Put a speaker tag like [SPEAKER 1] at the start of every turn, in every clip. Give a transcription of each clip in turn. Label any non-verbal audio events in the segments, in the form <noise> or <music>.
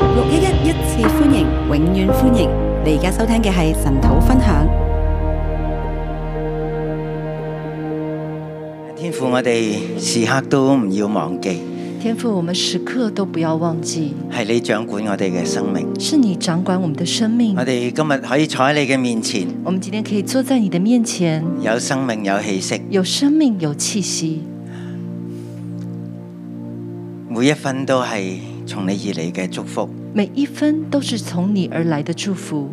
[SPEAKER 1] 六一一一次歡迎，永遠歡迎！你而家收聽嘅係神土分享。
[SPEAKER 2] 天父，我哋時刻都唔要忘記，
[SPEAKER 3] 天父，我们时刻都不要忘记，
[SPEAKER 2] 係你掌管我哋嘅生命。
[SPEAKER 3] 是你掌管我们的生命
[SPEAKER 2] 我。哋今日可以坐喺你嘅面前，
[SPEAKER 3] 我们今天可以坐在你的面前，
[SPEAKER 2] 有生命有氣息，
[SPEAKER 3] 有生命，有气息，
[SPEAKER 2] 每一分都係從你而嚟嘅祝福，
[SPEAKER 3] 每一分都是从你而来的祝福。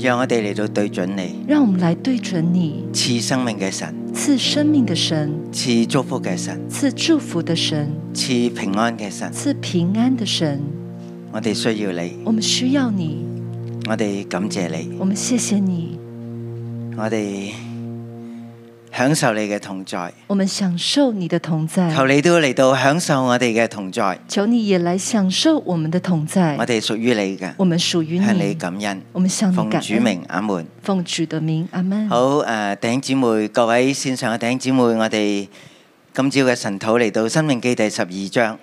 [SPEAKER 2] 讓我哋嚟到對準你，
[SPEAKER 3] 让我们来对准你，
[SPEAKER 2] 賜生命嘅神，
[SPEAKER 3] 赐生命的神，
[SPEAKER 2] 賜祝福嘅神，
[SPEAKER 3] 赐祝福的神，
[SPEAKER 2] 賜平安嘅神。
[SPEAKER 3] 赐平安的神。
[SPEAKER 2] 我哋需要你，
[SPEAKER 3] 我们需要你，
[SPEAKER 2] 我哋感謝你，
[SPEAKER 3] 我们谢谢你，
[SPEAKER 2] 我哋享受你嘅同在。
[SPEAKER 3] 我们享受你的同在
[SPEAKER 2] 求。你都嚟到享受我哋嘅同在，
[SPEAKER 3] 求你也来享受我们的同
[SPEAKER 2] 我
[SPEAKER 3] 在。
[SPEAKER 2] 哋屬於你嘅，
[SPEAKER 3] 我们属于
[SPEAKER 2] 向啊你
[SPEAKER 3] 你，
[SPEAKER 2] 感恩。
[SPEAKER 3] 我们向你
[SPEAKER 2] 奉
[SPEAKER 3] 感
[SPEAKER 2] 主
[SPEAKER 3] 恩。
[SPEAKER 2] 名，阿門。
[SPEAKER 3] 奉主的名，阿门。
[SPEAKER 2] 好誒，呃弟兄姊妹，各位線上嘅弟兄姊妹，我哋今朝嘅神土嚟到《生命記》第十二章。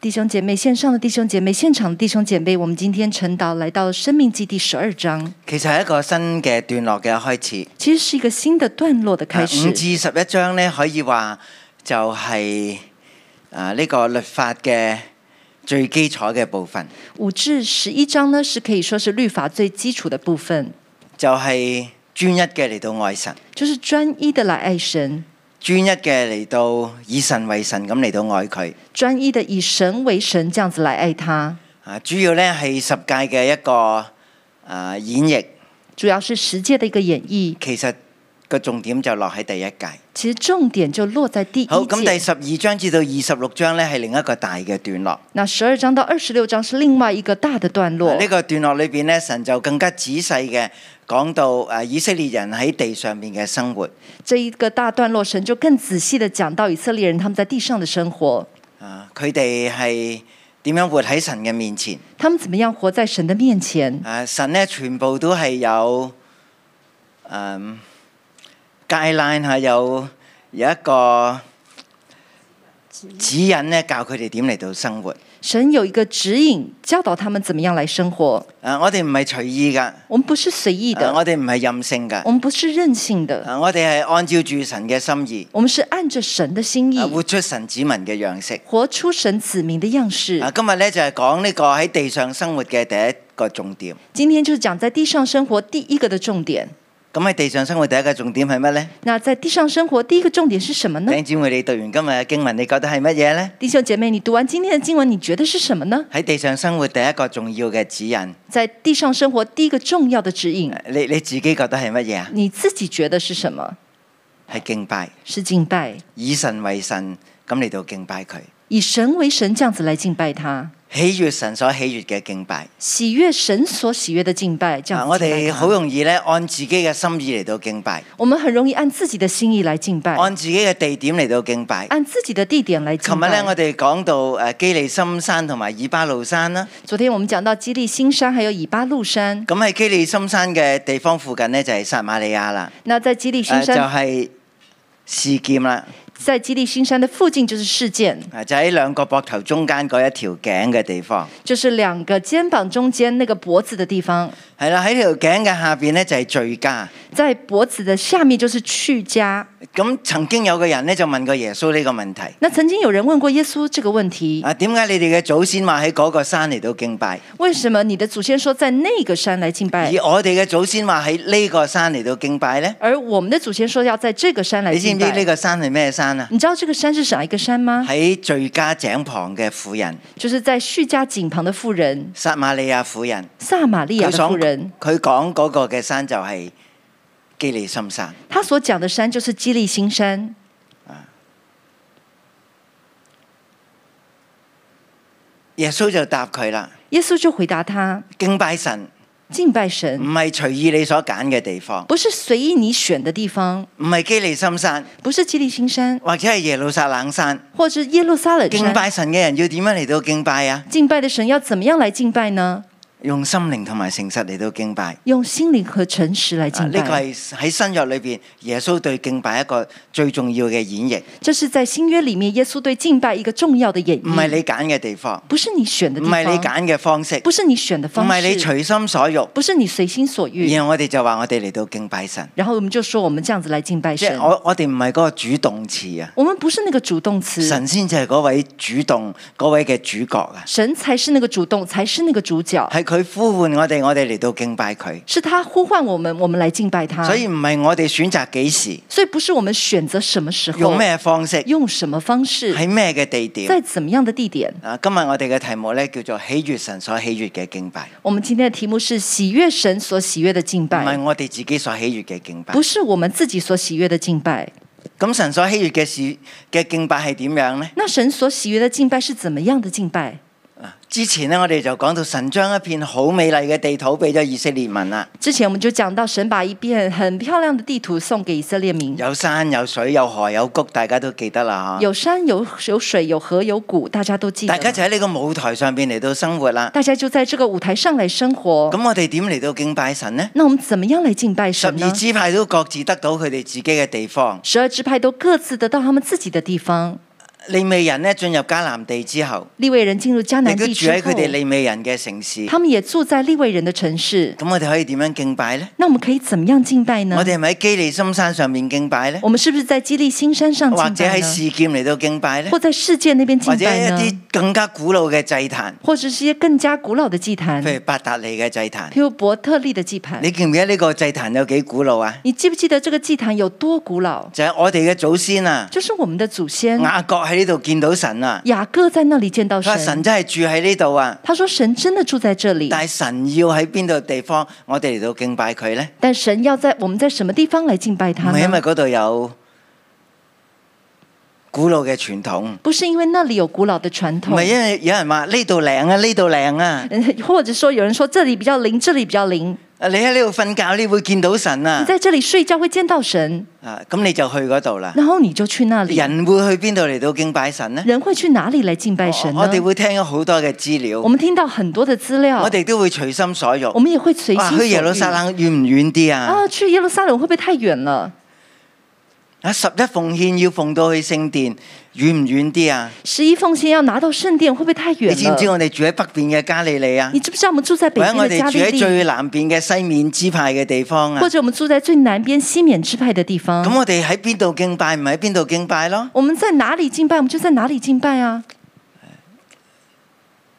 [SPEAKER 3] 弟兄姐妹，线上的弟兄姐妹，现场的弟兄姐妹，我们今天晨祷来到《生命记》第十二章，
[SPEAKER 2] 其實係一個新嘅段落嘅開始，
[SPEAKER 3] 其实是一个新的段落的开
[SPEAKER 2] 五
[SPEAKER 3] 始。
[SPEAKER 2] 至十一章呢，可以話就係啊呢個律法嘅最基礎嘅部分，
[SPEAKER 3] 五至十一章呢，是可以说是律法最基础的部分，
[SPEAKER 2] 就係、專一嘅嚟到愛神，
[SPEAKER 3] 就是专一的来爱神，
[SPEAKER 2] 專一嘅嚟到以神為神咁嚟到愛佢。
[SPEAKER 3] 专一的以神为神，这样子来爱他。
[SPEAKER 2] 啊，主要呢係十戒嘅一個啊演繹，
[SPEAKER 3] 主要是十诫的一个演绎，
[SPEAKER 2] 其實個重點就落喺第一戒。
[SPEAKER 3] 其实重点就落在第一
[SPEAKER 2] 好，咁第
[SPEAKER 3] 诫。
[SPEAKER 2] 十二章至到二十六章呢，係另一個大嘅段落。
[SPEAKER 3] 那十二章到二十六章是另外一个大的段落
[SPEAKER 2] 呢、。個段落裏邊呢，神就更加仔細嘅講到誒以色列人喺地上面嘅生活。
[SPEAKER 3] 这一个大段落，神就更仔细的讲到以色列人他们在地上的生活。
[SPEAKER 2] 啊，佢哋係點樣活喺神嘅面前？
[SPEAKER 3] 他们怎么样活在神的面前？
[SPEAKER 2] 啊，神呢，全部都係有誒 guideline 嚇，有有一個指引呢，教佢哋點嚟到生活。
[SPEAKER 3] 神有一个指引，教导他们怎么样来生活。
[SPEAKER 2] 啊，我哋唔係隨意噶，啊
[SPEAKER 3] 我们不是随意的，
[SPEAKER 2] 我哋唔係任性噶
[SPEAKER 3] 我，們不是任性的，
[SPEAKER 2] 啊，我哋係按照住神嘅心意。
[SPEAKER 3] 我们是按着神的心意
[SPEAKER 2] 啊，活出神子民嘅樣式。
[SPEAKER 3] 活出神子民的样
[SPEAKER 2] 啊，
[SPEAKER 3] 式。
[SPEAKER 2] 今日咧就係講呢個喺地上生活嘅第一個重點。
[SPEAKER 3] 今天就是讲在地上生活第一个的重点。
[SPEAKER 2] 咁喺地上生活第一個重點係乜呢？
[SPEAKER 3] 那在地上生活第一个重点是什么呢
[SPEAKER 2] 弟？兄姊妹，你讀完今日嘅經文，你覺得係乜嘢呢？
[SPEAKER 3] 弟兄姐妹，你读完今天的经文，你觉得是什么呢？
[SPEAKER 2] 喺地上生活第一個重要嘅指引，
[SPEAKER 3] 在地上生活第一个重要的指引，
[SPEAKER 2] 你你自己覺得係乜嘢啊？
[SPEAKER 3] 你自己觉得是什么？
[SPEAKER 2] 係敬拜，
[SPEAKER 3] 是敬拜，
[SPEAKER 2] 以神為神，咁嚟到敬拜佢，
[SPEAKER 3] 以神为神，这样子来敬拜他，
[SPEAKER 2] 喜悦神所喜悦嘅敬拜。
[SPEAKER 3] 喜悦神所喜悦的敬拜，这样
[SPEAKER 2] 啊，
[SPEAKER 3] 子
[SPEAKER 2] 我
[SPEAKER 3] 敬拜
[SPEAKER 2] 哋
[SPEAKER 3] 他
[SPEAKER 2] 好容易咧按自己嘅心意嚟到敬拜，
[SPEAKER 3] 我们很容易按自己的心意来敬拜，
[SPEAKER 2] 按自己嘅地點嚟到敬拜。
[SPEAKER 3] 按自己的地点来
[SPEAKER 2] 琴
[SPEAKER 3] 敬
[SPEAKER 2] 日咧，
[SPEAKER 3] 拜。
[SPEAKER 2] 我哋講到誒基利心山同埋以巴路山啦。
[SPEAKER 3] 昨天我们讲到基利新山，还有以巴路山。
[SPEAKER 2] 咁喺基利心山嘅地方附近呢，就係撒瑪利亞啦，
[SPEAKER 3] 那在基利
[SPEAKER 2] 誒
[SPEAKER 3] 新
[SPEAKER 2] 就
[SPEAKER 3] 山，
[SPEAKER 2] 係事劍啦，
[SPEAKER 3] 在基利新山的附近就是事件，
[SPEAKER 2] 誒就喺兩個膊頭中間嗰一條頸嘅地方。
[SPEAKER 3] 就是两个肩膀中間那个脖子的地方，
[SPEAKER 2] 係啦，喺條頸嘅下邊呢，就係罪加。
[SPEAKER 3] 在脖子的下面就是去家。
[SPEAKER 2] 咁曾經有個人呢，就問過耶穌呢個問題：
[SPEAKER 3] 那曾经有人问过耶穌这个问题：
[SPEAKER 2] 啊，點解你哋嘅祖先話喺嗰個山嚟到敬拜，
[SPEAKER 3] 为什么你的祖先说在那个山来敬
[SPEAKER 2] 而
[SPEAKER 3] 拜，
[SPEAKER 2] 我哋嘅祖先話喺呢個山嚟到敬拜呢？
[SPEAKER 3] 而我们的祖先说要在这个山来
[SPEAKER 2] 你知
[SPEAKER 3] 敬
[SPEAKER 2] 唔知呢
[SPEAKER 3] 拜？
[SPEAKER 2] 個山係咩山啊？
[SPEAKER 3] 你知道这个山是哪一个山吗？
[SPEAKER 2] 喺罪加井旁嘅婦人，
[SPEAKER 3] 就是在叙家井旁的妇人
[SPEAKER 2] 撒瑪利亞婦人。
[SPEAKER 3] 撒玛利亚
[SPEAKER 2] 佢
[SPEAKER 3] 的妇
[SPEAKER 2] 想
[SPEAKER 3] 人。
[SPEAKER 2] 佢講嗰個嘅山就係基利心山。
[SPEAKER 3] 他所讲的山就是基利新山。
[SPEAKER 2] 耶穌就答佢啦：
[SPEAKER 3] 耶稣就回答他：
[SPEAKER 2] 敬拜神
[SPEAKER 3] 敬拜
[SPEAKER 2] 唔
[SPEAKER 3] 神
[SPEAKER 2] 係隨意你所揀嘅地方，
[SPEAKER 3] 不是随意你选的地方，
[SPEAKER 2] 唔係基利心山
[SPEAKER 3] 不是基利新山，
[SPEAKER 2] 或者係耶路撒冷山。
[SPEAKER 3] 或是耶路撒冷
[SPEAKER 2] 敬
[SPEAKER 3] 山。
[SPEAKER 2] 拜神嘅人要點樣嚟到敬拜啊？
[SPEAKER 3] 敬拜的神要怎么样来敬拜呢？
[SPEAKER 2] 用心靈同埋誠實嚟到敬拜。
[SPEAKER 3] 用心灵和诚实来
[SPEAKER 2] 啊
[SPEAKER 3] 敬
[SPEAKER 2] 呢個
[SPEAKER 3] 拜。
[SPEAKER 2] 係喺新約裏邊耶穌對敬拜一個最重要嘅演繹，
[SPEAKER 3] 这是在新约里面耶稣对敬拜一个重要的演
[SPEAKER 2] 唔係
[SPEAKER 3] 绎，
[SPEAKER 2] 你揀嘅地方，
[SPEAKER 3] 不是你选的
[SPEAKER 2] 唔
[SPEAKER 3] 嗯地
[SPEAKER 2] 係你
[SPEAKER 3] 方，
[SPEAKER 2] 揀嘅方式，
[SPEAKER 3] 不是你选的
[SPEAKER 2] 唔
[SPEAKER 3] 方
[SPEAKER 2] 係你
[SPEAKER 3] 式，嗯
[SPEAKER 2] 隨心所欲。
[SPEAKER 3] 不是你随心所欲。
[SPEAKER 2] 然後我哋就話我哋嚟到敬拜神，
[SPEAKER 3] 然后我们就说我们这样子来敬拜
[SPEAKER 2] 即係
[SPEAKER 3] 神，
[SPEAKER 2] 我我哋唔係嗰個主動詞啊，
[SPEAKER 3] 我们不是那个主动词，
[SPEAKER 2] 神先就係嗰位主動嗰位嘅主角啊，
[SPEAKER 3] 神才是那个主动，才是那个主角，
[SPEAKER 2] 係佢呼喚我哋，我哋嚟到敬拜佢。
[SPEAKER 3] 是他呼唤我们，我们来敬拜他。
[SPEAKER 2] 所以唔係我哋選擇幾時，
[SPEAKER 3] 所以不是我们选择什么时候，
[SPEAKER 2] 用咩方式，
[SPEAKER 3] 用什么方式，
[SPEAKER 2] 喺咩嘅地點。
[SPEAKER 3] 在怎么样的地点。
[SPEAKER 2] 啊，今日我哋嘅題目咧叫做喜悦神所喜悦嘅敬拜，
[SPEAKER 3] 我们今天的题目是喜悦神所喜悦的敬
[SPEAKER 2] 唔係
[SPEAKER 3] 拜，
[SPEAKER 2] 我哋自己所喜悦嘅敬拜
[SPEAKER 3] 不。是我们自己所喜悦的敬拜。
[SPEAKER 2] 咁神所喜悦嘅事嘅敬拜係點樣呢？
[SPEAKER 3] 那神所喜悦的敬拜是怎么样的敬拜？
[SPEAKER 2] 之前呢，我哋就講到神將一片好美麗嘅地土俾咗以色列民啦，
[SPEAKER 3] 之前我们就讲到，神把一片很漂亮的地图送给以色列民，
[SPEAKER 2] 有山有水有河有谷，大家都記得啦嗬。
[SPEAKER 3] 有山有有水有河有谷，大家都记
[SPEAKER 2] 大家
[SPEAKER 3] 得。
[SPEAKER 2] 就喺呢個舞台上邊嚟到生活啦。
[SPEAKER 3] 大家就在这个舞台上来生活。
[SPEAKER 2] 咁我哋點嚟到敬拜神呢？
[SPEAKER 3] 那我们怎么样来敬拜
[SPEAKER 2] 十
[SPEAKER 3] 神啊
[SPEAKER 2] 二
[SPEAKER 3] 呢？
[SPEAKER 2] 支派都各自得到佢哋自己嘅地方。
[SPEAKER 3] 十二支派都各自得到他们自己的地方。
[SPEAKER 2] 利未人咧進入迦南地之後，
[SPEAKER 3] 利未人进入迦
[SPEAKER 2] 亦
[SPEAKER 3] 南
[SPEAKER 2] 都
[SPEAKER 3] 地
[SPEAKER 2] 住
[SPEAKER 3] 之
[SPEAKER 2] 喺
[SPEAKER 3] 后
[SPEAKER 2] 佢，哋利未人嘅城市。
[SPEAKER 3] 他们也住在利未人的城市。
[SPEAKER 2] 咁我哋可以點樣敬拜呢？
[SPEAKER 3] 那我们可以怎么样敬拜呢
[SPEAKER 2] 我？哋係咪喺基利心山上面敬拜呢？
[SPEAKER 3] 我们是不是在基利新山上
[SPEAKER 2] 或
[SPEAKER 3] 敬
[SPEAKER 2] 者
[SPEAKER 3] 拜
[SPEAKER 2] 喺
[SPEAKER 3] 呢？
[SPEAKER 2] 事件嚟到敬拜呢？
[SPEAKER 3] 或在世界那边
[SPEAKER 2] 或
[SPEAKER 3] 敬
[SPEAKER 2] 者一
[SPEAKER 3] 拜呢
[SPEAKER 2] 啲？更加古老嘅祭壇，
[SPEAKER 3] 或者是一些更加古老的祭坛，
[SPEAKER 2] 譬
[SPEAKER 3] 譬
[SPEAKER 2] 如伯達利嘅祭壇。
[SPEAKER 3] 如伯特利的祭坛。
[SPEAKER 2] 你記唔記得呢個祭壇有幾古老啊？
[SPEAKER 3] 你记不记得这个祭坛有多古老？
[SPEAKER 2] 就係我哋嘅祖先啊，
[SPEAKER 3] 就是我们的祖先
[SPEAKER 2] 雅各喺呢度見到神啊，
[SPEAKER 3] 雅各在那里见到
[SPEAKER 2] 佢話神
[SPEAKER 3] 神。
[SPEAKER 2] 真係住喺呢度啊。
[SPEAKER 3] 他说：“神真的住在这里，
[SPEAKER 2] 但係神要喺邊度地方，我哋嚟到敬拜佢呢？
[SPEAKER 3] 但神要在我们在什么地方来敬拜
[SPEAKER 2] 唔
[SPEAKER 3] 他
[SPEAKER 2] 係因為
[SPEAKER 3] 呢？
[SPEAKER 2] 嗰度有古老嘅傳統，
[SPEAKER 3] 不是因为那里有古老的传
[SPEAKER 2] 唔
[SPEAKER 3] 统
[SPEAKER 2] 係，因為有人話呢度靚啊，呢度靚啊，
[SPEAKER 3] 嗯 <laughs> 或者说有人说这里比较灵，这里比较灵。
[SPEAKER 2] 啊你喺呢度瞓覺，你會見到神
[SPEAKER 3] 你
[SPEAKER 2] 啊，
[SPEAKER 3] 在这里睡觉会见到神，
[SPEAKER 2] 啊咁你就去嗰度啦。
[SPEAKER 3] 然后你就去那里。
[SPEAKER 2] 人會去邊度嚟到敬拜神呢？
[SPEAKER 3] 人会去哪里来敬拜神
[SPEAKER 2] 我哦我
[SPEAKER 3] 呢
[SPEAKER 2] 哋？會聽咗好多嘅資料
[SPEAKER 3] 我，们听到很多的资料，
[SPEAKER 2] 我哋都會隨心所欲。
[SPEAKER 3] 我们也会随心
[SPEAKER 2] 哇，
[SPEAKER 3] 所
[SPEAKER 2] 去耶路
[SPEAKER 3] 欲。
[SPEAKER 2] 撒冷遠唔遠啲啊？
[SPEAKER 3] 啊，去耶路撒冷会不会太远了？
[SPEAKER 2] 啊，十一奉獻要奉到去聖殿，遠唔遠啲啊？
[SPEAKER 3] 十一奉献要拿到圣殿，会不会太
[SPEAKER 2] 你
[SPEAKER 3] 远
[SPEAKER 2] 知唔知
[SPEAKER 3] 了？
[SPEAKER 2] 我哋住喺北邊嘅加利利啊
[SPEAKER 3] 你？知不知道我们住在北
[SPEAKER 2] 或者我
[SPEAKER 3] 边
[SPEAKER 2] 哋
[SPEAKER 3] 的加
[SPEAKER 2] 住
[SPEAKER 3] 利
[SPEAKER 2] 喺
[SPEAKER 3] 利，
[SPEAKER 2] 最南邊嘅西面支派嘅地方啊
[SPEAKER 3] 或？者我们住在最南边西缅支派的地方
[SPEAKER 2] 咁？我哋喺邊度敬拜，唔喺邊度敬拜咯？
[SPEAKER 3] 我们在哪里敬拜，我们就在哪里敬拜啊！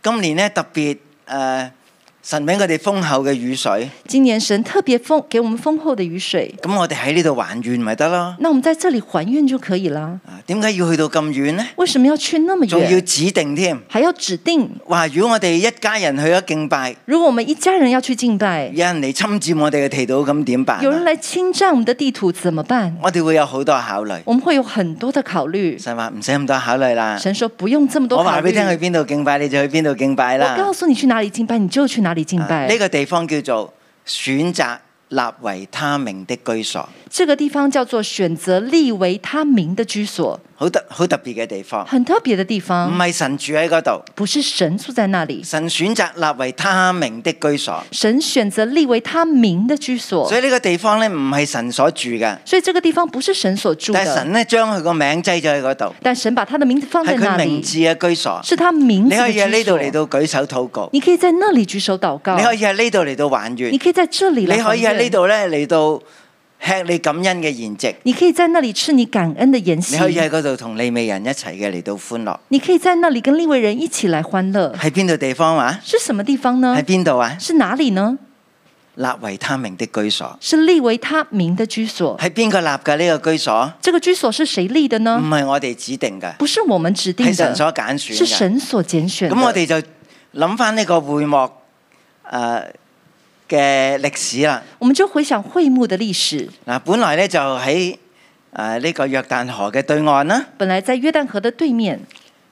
[SPEAKER 2] 今年呢，特別诶、呃神俾我哋豐厚嘅雨水，
[SPEAKER 3] 今年神特别丰给我们丰厚的雨水，
[SPEAKER 2] 咁我哋喺呢度還願咪得咯？
[SPEAKER 3] 那我们在这里还愿就可以啦。
[SPEAKER 2] 啊，點解要去到咁遠呢？
[SPEAKER 3] 为什么要去那么
[SPEAKER 2] 仲要
[SPEAKER 3] 远？
[SPEAKER 2] 指定添。
[SPEAKER 3] 还要指定？
[SPEAKER 2] 哇！如果我哋一家人去咗敬拜，
[SPEAKER 3] 如果我们一家人要去敬拜，
[SPEAKER 2] 有人嚟侵佔我哋嘅地道，咁點辦啊？
[SPEAKER 3] 有人來侵占我们的地土怎么办？
[SPEAKER 2] 我哋會有好多考慮。
[SPEAKER 3] 我们会有很多的考虑。
[SPEAKER 2] 神話唔使咁多考慮啦，
[SPEAKER 3] 神说不用这么多
[SPEAKER 2] 啊我
[SPEAKER 3] 考
[SPEAKER 2] 話
[SPEAKER 3] 虑
[SPEAKER 2] 俾你，聽去邊度敬拜，你就去邊度敬拜
[SPEAKER 3] 我
[SPEAKER 2] 啦。
[SPEAKER 3] 告诉你去哪里敬拜，你就去哪里敬
[SPEAKER 2] 啊
[SPEAKER 3] 拜。
[SPEAKER 2] 呢個地方叫做選擇立為他名的居所，
[SPEAKER 3] 这个地方叫做选择立为他名的居所，
[SPEAKER 2] 好特好特別嘅地方。
[SPEAKER 3] 很特别的地
[SPEAKER 2] 唔
[SPEAKER 3] 方，
[SPEAKER 2] 係神住喺嗰度，
[SPEAKER 3] 不是神住在那里，
[SPEAKER 2] 神選擇立為他名的居所，
[SPEAKER 3] 神选择立为他名的居所
[SPEAKER 2] 所，以呢個地方咧唔係神所住嘅，
[SPEAKER 3] 所以这个地方不是神所住
[SPEAKER 2] 但係神
[SPEAKER 3] 的，
[SPEAKER 2] 咧將佢個名擠咗喺嗰度，
[SPEAKER 3] 但神把他的名字放在
[SPEAKER 2] 係
[SPEAKER 3] 那
[SPEAKER 2] 佢名
[SPEAKER 3] 里，
[SPEAKER 2] 字嘅居所。
[SPEAKER 3] 是他名
[SPEAKER 2] 你
[SPEAKER 3] 字
[SPEAKER 2] 可
[SPEAKER 3] 的
[SPEAKER 2] 以喺
[SPEAKER 3] 居
[SPEAKER 2] 呢度嚟
[SPEAKER 3] 所。
[SPEAKER 2] 到舉手禱告，
[SPEAKER 3] 你可以在那里举手祷告
[SPEAKER 2] 你，可以喺呢度嚟到還願
[SPEAKER 3] 你，可以在这里
[SPEAKER 2] 你
[SPEAKER 3] 来
[SPEAKER 2] 可
[SPEAKER 3] 还
[SPEAKER 2] 以喺呢
[SPEAKER 3] 愿，
[SPEAKER 2] 度咧嚟到吃你感恩嘅筵席。
[SPEAKER 3] 你可以在那里吃你感恩的筵席
[SPEAKER 2] 你。可以喺嗰度同利未人一齊嘅嚟到歡樂，
[SPEAKER 3] 你可以在那里跟利未人一起来欢乐。
[SPEAKER 2] 喺邊度地方話？
[SPEAKER 3] 是什么地方呢
[SPEAKER 2] 喺？邊度啊？
[SPEAKER 3] 是哪里呢？
[SPEAKER 2] 立維他命的居所，
[SPEAKER 3] 是立为他名的居所。
[SPEAKER 2] 喺邊個立嘅呢個居所？
[SPEAKER 3] 这个居所是谁立的
[SPEAKER 2] 唔
[SPEAKER 3] 呢？
[SPEAKER 2] 係我哋指定嘅，
[SPEAKER 3] 不是我们指定
[SPEAKER 2] 係嗯神
[SPEAKER 3] 的，
[SPEAKER 2] 所揀選
[SPEAKER 3] 是
[SPEAKER 2] 嘅。
[SPEAKER 3] 神所拣选
[SPEAKER 2] 咁我
[SPEAKER 3] 的。
[SPEAKER 2] 哋就諗翻呢個會幕诶嘅歷史啦。
[SPEAKER 3] 我们就回想会幕的历史。
[SPEAKER 2] 嗱，本來咧就喺诶呢個約旦河嘅對岸啦。
[SPEAKER 3] 本来在约旦河的对面，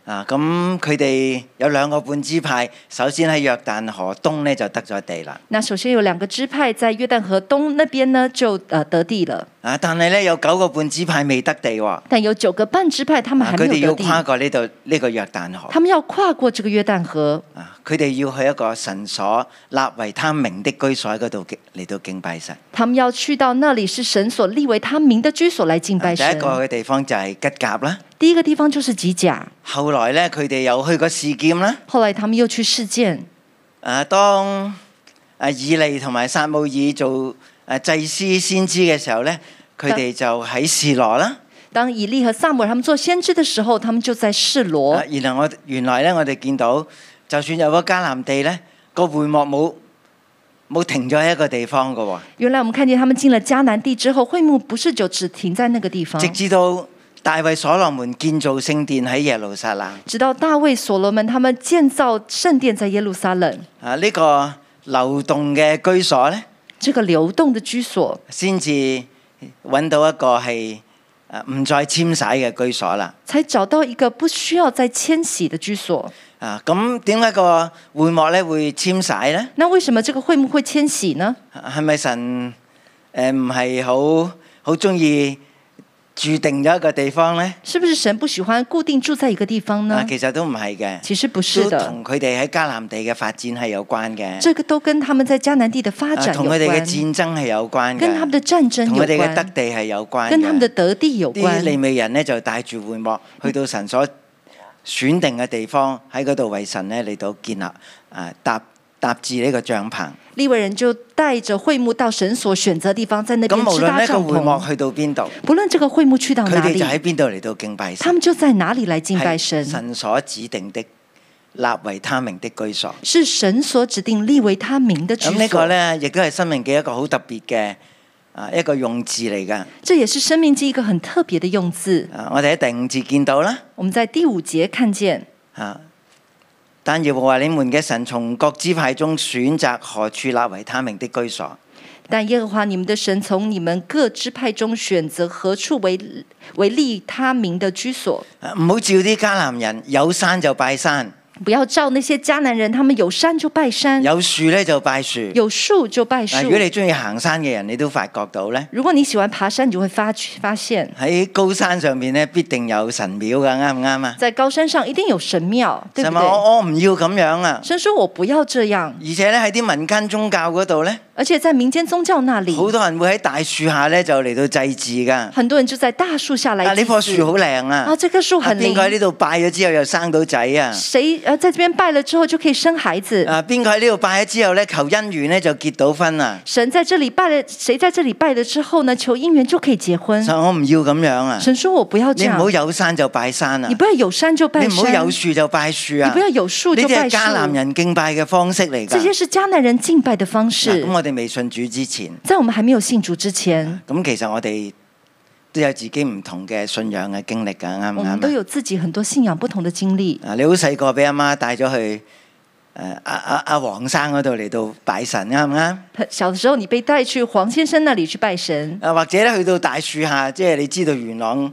[SPEAKER 2] 啊，咁佢哋有兩個半支派，首先喺約旦河東咧就得咗地啦。
[SPEAKER 3] 那首先有两个支派在约旦河东那边呢，就呃得地了。
[SPEAKER 2] 啊，但係咧有九個半支派未得地喎，啊
[SPEAKER 3] 但有九个半支派，他们还
[SPEAKER 2] 佢
[SPEAKER 3] 没
[SPEAKER 2] 哋
[SPEAKER 3] 有
[SPEAKER 2] 要
[SPEAKER 3] 得地，
[SPEAKER 2] 跨過呢度呢個約旦河
[SPEAKER 3] 他。们要跨过这个约旦河，
[SPEAKER 2] 啊！佢哋要去一個神所立為他名的居所嗰度敬嚟到敬拜神。
[SPEAKER 3] 他们要去到那里是神所立为他名的居所来敬拜
[SPEAKER 2] 第一
[SPEAKER 3] 神。
[SPEAKER 2] 個嘅地方就係吉甲啦。
[SPEAKER 3] 啊第一个地方就是吉甲，
[SPEAKER 2] 後來咧，佢哋又去過事劍啦。
[SPEAKER 3] 后来他们又去事件。
[SPEAKER 2] 啊，當啊以利同埋撒姆耳做啊祭司先知嘅時候咧，佢哋就喺示羅啦。
[SPEAKER 3] 当以利和萨姆尔他们做先知的时候，他们就在示罗。
[SPEAKER 2] 啊，然後我原來咧，我哋見到就算有個迦南地咧，個會幕冇冇停咗喺一個地方嘅喎。
[SPEAKER 3] 原来我们看见他们进了迦南地之后，会幕不是就只停在那个地方
[SPEAKER 2] 直，至到大衛所羅門建造聖殿喺耶路撒冷，
[SPEAKER 3] 直到大卫、所罗门他们建造圣殿在耶路撒冷，
[SPEAKER 2] 啊呢、個流動嘅居所咧，
[SPEAKER 3] 这个流动的居所
[SPEAKER 2] 先至揾到一個係啊唔再遷徙嘅居所啦。
[SPEAKER 3] 才找到一个不需要再迁徙的居所。
[SPEAKER 2] 啊，咁點解個會幕咧會遷徙咧？
[SPEAKER 3] 那为什么这个会幕会迁徙呢？
[SPEAKER 2] 係咪神誒唔係好好中意注定咗一個地方咧？
[SPEAKER 3] 是不是神不喜歡固定住在一个地方
[SPEAKER 2] 啊
[SPEAKER 3] 呢，？
[SPEAKER 2] 其實都唔係嘅。
[SPEAKER 3] 其实不是
[SPEAKER 2] 都
[SPEAKER 3] 的，
[SPEAKER 2] 同佢哋喺迦南地嘅發展係有關嘅，
[SPEAKER 3] 这个都跟他们在迦南地的发
[SPEAKER 2] 啊
[SPEAKER 3] 展有
[SPEAKER 2] 同佢哋嘅
[SPEAKER 3] 关，
[SPEAKER 2] 戰爭係有關
[SPEAKER 3] 跟他
[SPEAKER 2] 嘅
[SPEAKER 3] 们，的战争
[SPEAKER 2] 同
[SPEAKER 3] 有
[SPEAKER 2] 佢哋嘅得
[SPEAKER 3] 关，
[SPEAKER 2] 地係有關
[SPEAKER 3] 跟他们的
[SPEAKER 2] 嘅。
[SPEAKER 3] 得地有
[SPEAKER 2] 啲
[SPEAKER 3] 关。嗯
[SPEAKER 2] 利未人呢，就帶住會幕去到神所選定嘅地方，喺嗰度為神呢嚟到建立啊搭搭置呢個帳棚。
[SPEAKER 3] 利未人就帶着会幕到神所選擇的地方，在那
[SPEAKER 2] 咁
[SPEAKER 3] 邊
[SPEAKER 2] 無
[SPEAKER 3] 支
[SPEAKER 2] 論
[SPEAKER 3] 搭
[SPEAKER 2] 呢個
[SPEAKER 3] 帳
[SPEAKER 2] 會幕
[SPEAKER 3] 篷。
[SPEAKER 2] 去到邊度，
[SPEAKER 3] 不論這個会幕去到
[SPEAKER 2] 佢
[SPEAKER 3] 哪
[SPEAKER 2] 哋
[SPEAKER 3] 里
[SPEAKER 2] 就，喺邊度嚟到敬拜
[SPEAKER 3] 他
[SPEAKER 2] 神，
[SPEAKER 3] 们就在哪里来敬拜
[SPEAKER 2] 係
[SPEAKER 3] 神，
[SPEAKER 2] 神所指定的立為他名的居所。
[SPEAKER 3] 是神所指定立为他名的居
[SPEAKER 2] 咁呢個
[SPEAKER 3] 所。
[SPEAKER 2] 呢，亦都係生命嘅一個好特別嘅啊一個用字嚟㗎。
[SPEAKER 3] 这也是生命记一个很特別的用字。
[SPEAKER 2] 啊，我哋喺第五節見到啦，
[SPEAKER 3] 我们在第五节看見，
[SPEAKER 2] 啊，但耶和華你們嘅神從各支派中選擇何處立為他名的居所。
[SPEAKER 3] 但耶和华你们的神从你们各支派中选择何处为为立他名的居所，
[SPEAKER 2] 啊唔好照啲迦南人，有山就拜山，
[SPEAKER 3] 不要照那些迦南人，他们有山就拜山，
[SPEAKER 2] 有樹咧就拜樹。
[SPEAKER 3] 嗯有树就拜
[SPEAKER 2] 嗱，
[SPEAKER 3] 树
[SPEAKER 2] 如。果你中意行山嘅人，你都發覺到咧，
[SPEAKER 3] 如果你喜歡爬山，你就會發发现。
[SPEAKER 2] 喺高山上面咧必定有神廟㗎，啱唔啱啊？
[SPEAKER 3] 在高山上一定有神庙，对
[SPEAKER 2] 就
[SPEAKER 3] 不
[SPEAKER 2] 話
[SPEAKER 3] 对？
[SPEAKER 2] 我我唔要咁樣啊！
[SPEAKER 3] 神说：“我不要这样。
[SPEAKER 2] 而且咧喺啲民間宗教嗰度咧，”
[SPEAKER 3] 而且在民间宗教那里，
[SPEAKER 2] 好多人會喺大樹下咧就嚟到祭祀㗎。啊，
[SPEAKER 3] 很多人就在大树下来
[SPEAKER 2] 呢
[SPEAKER 3] 祭
[SPEAKER 2] 啊棵
[SPEAKER 3] 祀。
[SPEAKER 2] 樹好靚啊
[SPEAKER 3] 啊，！这棵树
[SPEAKER 2] 啊
[SPEAKER 3] 很
[SPEAKER 2] 邊
[SPEAKER 3] 灵
[SPEAKER 2] 個。喺呢度拜咗之後又生到仔啊？
[SPEAKER 3] 谁呃在这边拜了之后就可以生孩子？
[SPEAKER 2] 啊，邊個喺呢度拜咗之後咧，求姻緣咧就結到婚啊！
[SPEAKER 3] 神在这里拜了，谁在这里拜了之后呢？求姻缘就可以结婚。
[SPEAKER 2] 所以我唔要咁樣啊！
[SPEAKER 3] 神说：“我不要这
[SPEAKER 2] 你唔
[SPEAKER 3] 样
[SPEAKER 2] 好，有山就拜山啊
[SPEAKER 3] 你！不要有山就拜
[SPEAKER 2] 你唔好
[SPEAKER 3] 山，
[SPEAKER 2] 有樹就拜樹
[SPEAKER 3] 你
[SPEAKER 2] 啊！
[SPEAKER 3] 不要
[SPEAKER 2] 呢
[SPEAKER 3] 有树就
[SPEAKER 2] 啲
[SPEAKER 3] 拜
[SPEAKER 2] 係
[SPEAKER 3] 树。
[SPEAKER 2] 迦南人敬拜嘅方式嚟
[SPEAKER 3] 这
[SPEAKER 2] 㗎。
[SPEAKER 3] 些是迦南人敬拜的方
[SPEAKER 2] 嗱
[SPEAKER 3] 式
[SPEAKER 2] 咁。我哋未信主之前，
[SPEAKER 3] 在我们还没有信主之前，
[SPEAKER 2] 咁其實我哋都有自己唔同嘅信仰嘅經歷㗎，啱唔
[SPEAKER 3] 我们都
[SPEAKER 2] 啱啊
[SPEAKER 3] 有自己很多信仰不同的经历。
[SPEAKER 2] 啊？你好細個俾阿媽帶咗去啊誒阿阿阿黃生嗰度嚟到拜神，啱唔啱？
[SPEAKER 3] 他小的时候，你被带去黄先生那里去拜神，
[SPEAKER 2] 啊，或者咧去到大樹下，即係你知道元朗